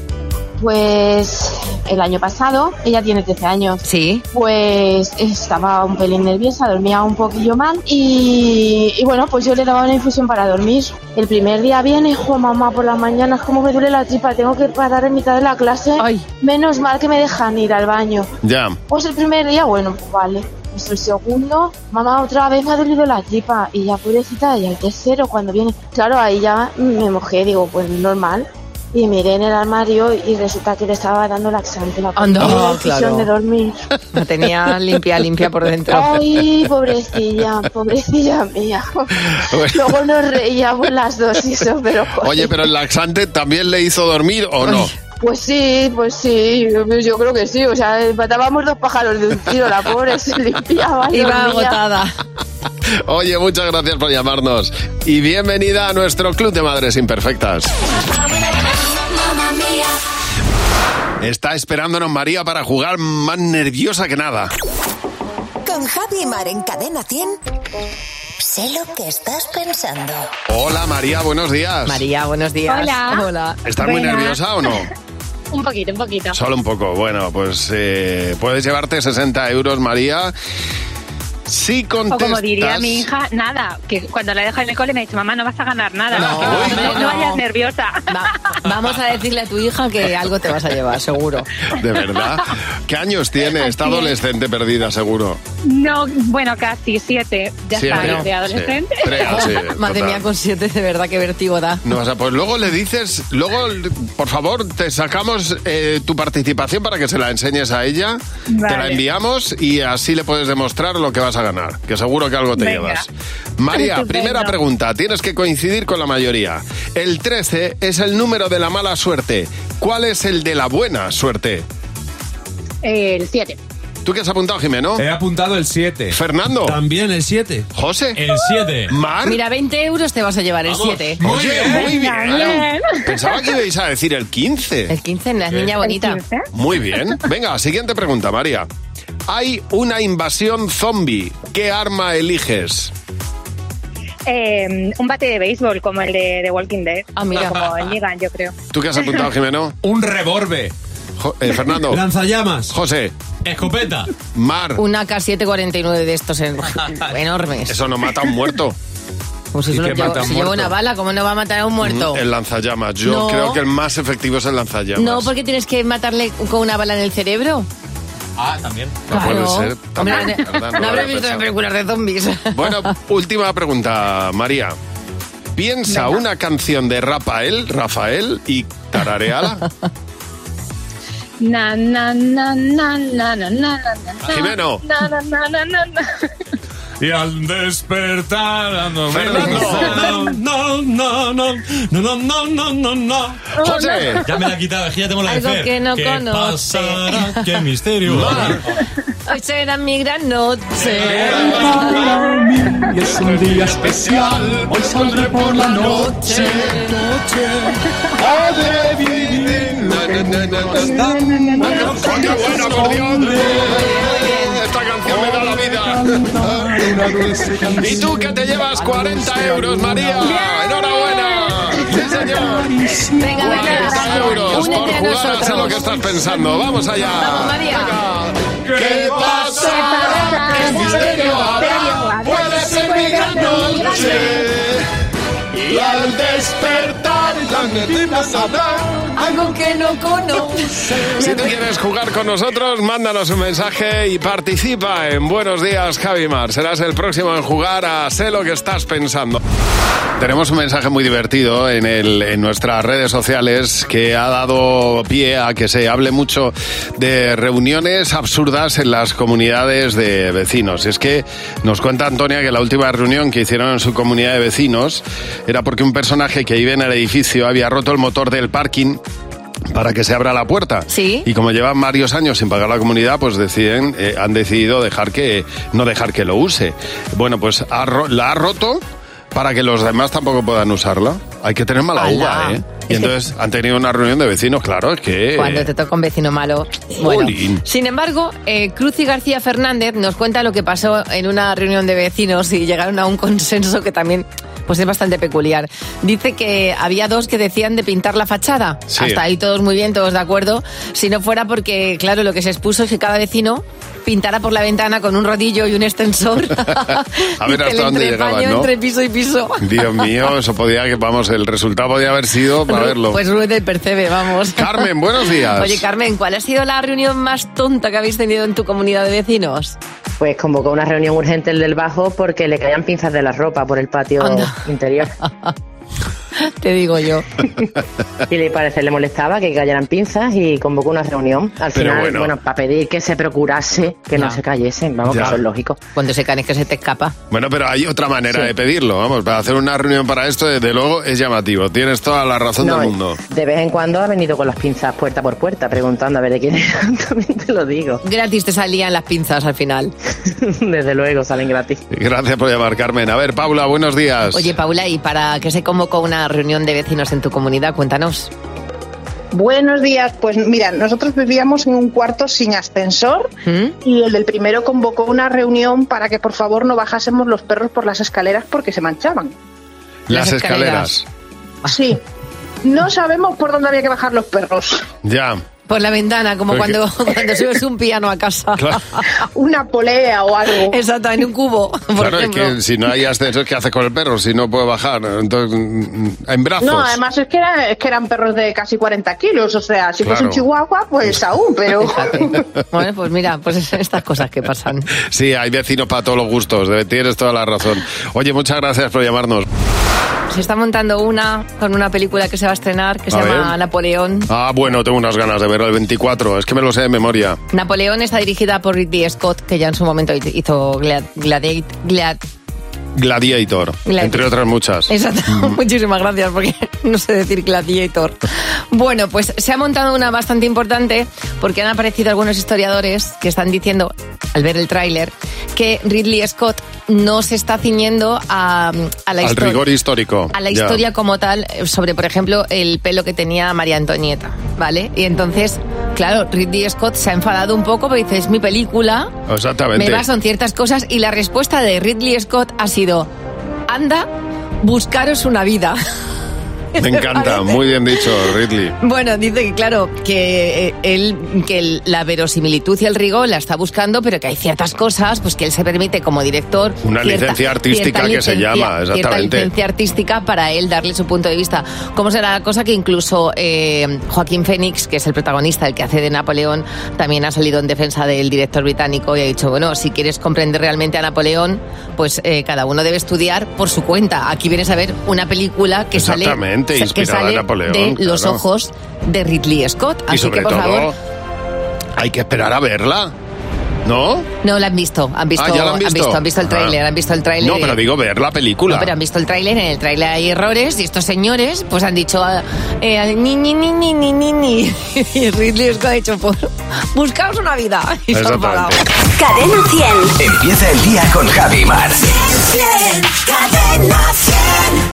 Speaker 25: Pues
Speaker 6: el año pasado, ella tiene 13 años.
Speaker 4: Sí.
Speaker 6: Pues estaba un pelín nerviosa, dormía un poquillo mal y, y bueno, pues yo le daba una infusión para dormir. El primer día viene, jo mamá, por las mañanas como me duele la tripa, tengo que parar en mitad de la clase. Menos mal que me dejan ir al baño.
Speaker 3: Ya.
Speaker 6: Pues el primer día, bueno, pues vale. Pues el segundo, mamá, otra vez me ha dolido la tripa. Y ya pobrecita, y al tercero, cuando viene. Claro, ahí ya me mojé, digo, pues normal. Y miré en el armario y resulta que le estaba dando laxante. La
Speaker 4: Anda,
Speaker 6: pobre, la
Speaker 4: claro.
Speaker 6: decisión de dormir.
Speaker 4: La tenía limpia, limpia por dentro.
Speaker 6: Ay, pobrecilla, pobrecilla mía. Luego nos reíamos las dos y eso, pero...
Speaker 3: Oye, pero el laxante también le hizo dormir o no.
Speaker 6: Pues sí, pues sí, yo, yo creo que sí. O sea, matábamos dos pájaros de un tiro, la pobre se limpiaba. y
Speaker 4: Iba
Speaker 6: dormía.
Speaker 4: agotada.
Speaker 3: Oye, muchas gracias por llamarnos y bienvenida a nuestro Club de Madres Imperfectas. Está esperándonos María para jugar más nerviosa que nada.
Speaker 19: Con Javi y Mar en Cadena 100. Sé lo que estás pensando.
Speaker 3: Hola María, buenos días.
Speaker 4: María, buenos días.
Speaker 10: Hola.
Speaker 4: Hola.
Speaker 3: ¿Estás muy nerviosa o no?
Speaker 10: Un poquito, un poquito.
Speaker 3: Solo un poco. Bueno, pues eh, puedes llevarte 60 euros, María. Si
Speaker 10: O
Speaker 3: contestas...
Speaker 10: como diría mi hija, nada, que cuando la dejo en el cole me dice, mamá, no vas a ganar nada,
Speaker 4: No,
Speaker 10: no,
Speaker 4: no.
Speaker 10: no vayas nerviosa.
Speaker 4: Vamos a decirle a tu hija que algo te vas a llevar, seguro.
Speaker 3: De verdad. ¿Qué años tiene? Está adolescente perdida, seguro.
Speaker 10: No, bueno, casi siete, ya
Speaker 3: Siete,
Speaker 10: está,
Speaker 3: sí.
Speaker 10: de adolescente.
Speaker 3: Crea, Ah, sí,
Speaker 4: Madre
Speaker 3: total.
Speaker 4: mía, con siete, de verdad, qué vertigo da.
Speaker 3: No, o sea, pues luego le dices, luego, por favor, te sacamos eh, tu participación para que se la enseñes a ella, te la
Speaker 10: Vale.
Speaker 3: enviamos y así le puedes demostrar lo que vas a ganar, que seguro que algo te
Speaker 10: Venga.
Speaker 3: llevas. María,
Speaker 10: Estupendo.
Speaker 3: primera pregunta, tienes que coincidir con la mayoría. El 13 es el número de la mala suerte. ¿Cuál es el de la buena suerte?
Speaker 10: El siete.
Speaker 3: ¿Tú qué has apuntado, Jimeno?
Speaker 24: He apuntado el 7.
Speaker 3: Fernando.
Speaker 24: También el 7.
Speaker 3: José.
Speaker 24: El 7.
Speaker 3: Mar.
Speaker 4: Mira, 20 euros te vas a llevar el
Speaker 24: Vamos.
Speaker 4: 7.
Speaker 24: Muy
Speaker 3: Oye, muy bien.
Speaker 4: Daniel.
Speaker 3: Pensaba que ibais a decir el 15.
Speaker 4: El 15, la niña bonita.
Speaker 3: Muy bien. Venga, siguiente pregunta, María. Hay una invasión zombie. ¿Qué arma eliges?
Speaker 10: Eh, un bate de béisbol como el de, de Walking Dead.
Speaker 4: Ah, mira.
Speaker 10: Como el Negan, yo creo.
Speaker 3: ¿Tú qué has apuntado, Jimeno?
Speaker 24: Un reborbe.
Speaker 3: Jo- eh, Fernando.
Speaker 24: Lanzallamas.
Speaker 3: José.
Speaker 24: Escopeta.
Speaker 3: Mar.
Speaker 4: Una K749 de estos en- enormes.
Speaker 3: Eso no mata a un muerto.
Speaker 4: Pues
Speaker 24: ¿Y
Speaker 4: eso
Speaker 24: qué
Speaker 4: lo lleva-
Speaker 24: mata a un
Speaker 4: se lleva
Speaker 24: muerto?
Speaker 4: una bala, ¿cómo no va a matar a un muerto?
Speaker 3: Mm, El lanzallamas. Yo
Speaker 4: No.
Speaker 3: creo que el más efectivo es el lanzallamas.
Speaker 4: No, porque tienes que matarle con una bala en el cerebro.
Speaker 3: Ah, también. No puede ser. También,
Speaker 4: Hombre,
Speaker 3: ¿verdad? No
Speaker 4: no,
Speaker 3: lo había
Speaker 4: habré visto
Speaker 3: pensado.
Speaker 4: películas de zombies.
Speaker 3: Bueno, última pregunta, María. Piensa una canción de Rafael, Rafael y tarareala.
Speaker 10: Na, na, na, na, na, na, na, na, na, na.
Speaker 3: Jimeno.
Speaker 10: Na, na, na, na, na, na.
Speaker 24: Y al despertar ah, ando
Speaker 21: No, no, no, no, no, no, no, no, no.
Speaker 3: José.
Speaker 21: Ya me la he quitado, es que ya tengo la de
Speaker 4: Algo
Speaker 21: Fer.
Speaker 4: que no
Speaker 21: ¿Qué
Speaker 4: conoce.
Speaker 21: pasará? ¿Qué misterio?
Speaker 4: Hoy será mi gran noche.
Speaker 8: Y es un día especial, hoy saldré por la noche. Podré vivir lo que tengo que estar.
Speaker 3: ¡Qué buena, por Dios! Esta canción me da la vida. Y tú que te llevas 40 euros, María. ¡Enhorabuena! ¡Sí, señor!
Speaker 4: Venga, venga.
Speaker 3: 40 euros por
Speaker 4: Únete a
Speaker 3: jugar a
Speaker 4: nosotros.
Speaker 3: lo que estás pensando. ¡Vamos allá!
Speaker 4: Vamos, María.
Speaker 3: ¿Qué
Speaker 8: pasará? ¿Qué misterio habrá? Puede ser mi gran noche. Y al despertar, la neblina sabrá.
Speaker 4: Algo que no conoce.
Speaker 3: Si tú quieres jugar con nosotros, mándanos un mensaje y participa en Buenos Días, Javi Mar. Serás el próximo en jugar a Sé lo que estás pensando. Tenemos un mensaje muy divertido en, el- en nuestras redes sociales que ha dado pie a que se hable mucho de reuniones absurdas en las comunidades de vecinos. Es que nos cuenta Antonia que la última reunión que hicieron en su comunidad de vecinos era porque un personaje que vive en el edificio había roto el motor del parking para que se abra la puerta. Y como llevan varios años sin pagar la comunidad, pues deciden, eh, han decidido dejar que no dejar que lo use. Bueno, pues ha ro- la ha roto para que los demás tampoco puedan usarla. Hay que tener mala
Speaker 4: Ala.
Speaker 3: uva, ¿eh?
Speaker 4: Es
Speaker 3: Y
Speaker 4: que-
Speaker 3: entonces han tenido una reunión de vecinos, claro, es que...
Speaker 4: Cuando te toca un vecino malo. Bueno.
Speaker 3: Jolín.
Speaker 4: Sin embargo, eh, Cruz y García Fernández nos cuenta lo que pasó en una reunión de vecinos y llegaron a un consenso que también pues es bastante peculiar. Dice que había dos que decían de pintar la fachada.
Speaker 3: Sí.
Speaker 4: Hasta ahí todos muy bien, todos de acuerdo. Si no fuera porque, claro, lo que se expuso es que cada vecino pintara por la ventana con un rodillo y un extensor.
Speaker 3: A ver
Speaker 4: Dice, el
Speaker 3: hasta dónde
Speaker 4: entrepaño
Speaker 3: llegaban, ¿no?
Speaker 4: entre piso y piso.
Speaker 3: Dios mío, eso podía que, vamos, el resultado podía haber sido para verlo.
Speaker 4: Pues ruede y percebe, vamos.
Speaker 3: Carmen, buenos días.
Speaker 4: Oye, Carmen, ¿cuál ha sido la reunión más tonta que habéis tenido en tu comunidad de vecinos?
Speaker 12: Pues convocó una reunión urgente el del bajo porque le caían pinzas de la ropa por el patio interior.
Speaker 4: Te digo yo.
Speaker 12: Y le parece, le molestaba que cayeran pinzas y convocó una reunión. Al
Speaker 4: Pero
Speaker 12: final,
Speaker 4: bueno.
Speaker 12: bueno. para pedir que se procurase que no
Speaker 4: Ya.
Speaker 12: se cayesen, vamos,
Speaker 3: Ya.
Speaker 12: que eso es lógico.
Speaker 4: Cuando se caen es que se te escapa.
Speaker 3: Bueno, pero hay otra manera
Speaker 12: Sí.
Speaker 3: de pedirlo, vamos, para hacer una reunión para esto, desde luego, es llamativo. Tienes toda la razón
Speaker 12: No,
Speaker 4: eh,
Speaker 3: del mundo.
Speaker 12: De vez en cuando ha venido con las pinzas puerta por puerta preguntando a ver de quién era, también te lo digo.
Speaker 4: Gratis te salían las pinzas al final.
Speaker 3: Pues
Speaker 12: Desde luego, salen gratis.
Speaker 3: Gracias por llamar, Carmen. A ver, Paula, buenos días.
Speaker 4: Oye, Paula, ¿y para qué se convocó una reunión de vecinos en tu comunidad? Cuéntanos.
Speaker 13: Buenos días. Pues mira, nosotros vivíamos en un cuarto sin ascensor
Speaker 12: ¿Mm?
Speaker 13: y el del primero convocó una reunión para que por favor no bajásemos los perros por las escaleras porque se manchaban.
Speaker 3: las escaleras.
Speaker 12: Ah.
Speaker 13: Sí. No sabemos por dónde había que bajar los perros.
Speaker 3: Ya.
Speaker 4: Por la ventana, como
Speaker 3: Porque-
Speaker 4: cuando, cuando subes un piano a casa.
Speaker 3: Claro.
Speaker 13: Una polea o algo.
Speaker 4: Exacto, en un cubo, por
Speaker 3: claro, es
Speaker 4: ejemplo.
Speaker 3: que si no hay ascensor, ¿qué haces con el perro? Si no puede bajar, entonces, mm, en brazos.
Speaker 13: No, además es que, era- es que eran perros de casi 40 kilos. O sea, si fuese
Speaker 3: Claro.
Speaker 13: un chihuahua, pues aún, pero.
Speaker 4: Bueno, pues mira, pues estas cosas que pasan.
Speaker 3: Sí, hay vecinos para todos los gustos, de- tienes toda la razón. Oye, muchas gracias por llamarnos.
Speaker 4: Se está montando una con una película que se va a estrenar que se
Speaker 3: A
Speaker 4: llama
Speaker 3: ver.
Speaker 4: Napoleón.
Speaker 3: Ah, bueno, tengo unas ganas de verlo el 24, es que me lo sé de memoria.
Speaker 4: Napoleón está dirigida por Ridley Scott, que ya en su momento hizo Glad, Gladiat- Glad-
Speaker 3: Gladiator,
Speaker 4: Gladiator.
Speaker 3: entre otras muchas.
Speaker 4: Exacto,
Speaker 3: Mm.
Speaker 4: muchísimas gracias porque no sé decir gladiator. Bueno, pues se ha montado una bastante importante porque han aparecido algunos historiadores que están diciendo, al ver el tráiler, que Ridley Scott no se está ciñendo a, a la
Speaker 3: Al
Speaker 4: historia.
Speaker 3: rigor histórico.
Speaker 4: a la
Speaker 3: ya.
Speaker 4: historia como tal eh, sobre, por ejemplo, el pelo que tenía María Antonieta, ¿vale? Y entonces, claro, Ridley Scott se ha enfadado un poco, pero dice, es mi película,
Speaker 3: Exactamente.
Speaker 4: me baso en ciertas cosas, y la respuesta de Ridley Scott ha sido, anda, buscaros una vida.
Speaker 3: Me encanta,
Speaker 4: Parece-
Speaker 3: muy bien dicho, Ridley.
Speaker 4: Bueno, dice que claro, que eh, él, que el- la verosimilitud y el rigor la está buscando, pero que hay ciertas cosas, pues que él se permite como director.
Speaker 3: Una licencia artística
Speaker 4: cierta
Speaker 3: que se llama,
Speaker 4: cierta
Speaker 3: exactamente.
Speaker 4: licencia artística para él darle su punto de vista. ¿Cómo será la cosa que incluso eh, Joaquín Fénix, que es el protagonista, el que hace de Napoleón, también ha salido en defensa del director británico y ha dicho, bueno, si quieres comprender realmente a Napoleón, pues eh, cada uno debe estudiar por su cuenta. Aquí vienes a ver una película que sale,
Speaker 3: Exactamente,
Speaker 4: que
Speaker 3: inspirada en
Speaker 4: sale
Speaker 3: Napoleón,
Speaker 4: de los
Speaker 3: claro.
Speaker 4: ojos de Ridley Scott.
Speaker 3: Y
Speaker 4: Así
Speaker 3: sobre
Speaker 4: que, por
Speaker 3: todo,
Speaker 4: favor,
Speaker 3: hay que esperar a verla, ¿no?
Speaker 4: no la han visto. Han visto,
Speaker 3: Ah, ¿ya la han visto?
Speaker 4: han visto el tráiler,
Speaker 3: Ah.
Speaker 4: han visto el tráiler.
Speaker 3: No, pero digo ver la película.
Speaker 4: No, pero han visto el tráiler, en el tráiler hay errores y estos señores pues han dicho ah, eh, ni ni ni ni ni ni ni y Ridley Scott ha dicho pues buscaos una vida y se han enfadado.
Speaker 19: Cadena 100.
Speaker 14: Empieza el día con Javi Mar.
Speaker 19: Cadena 100.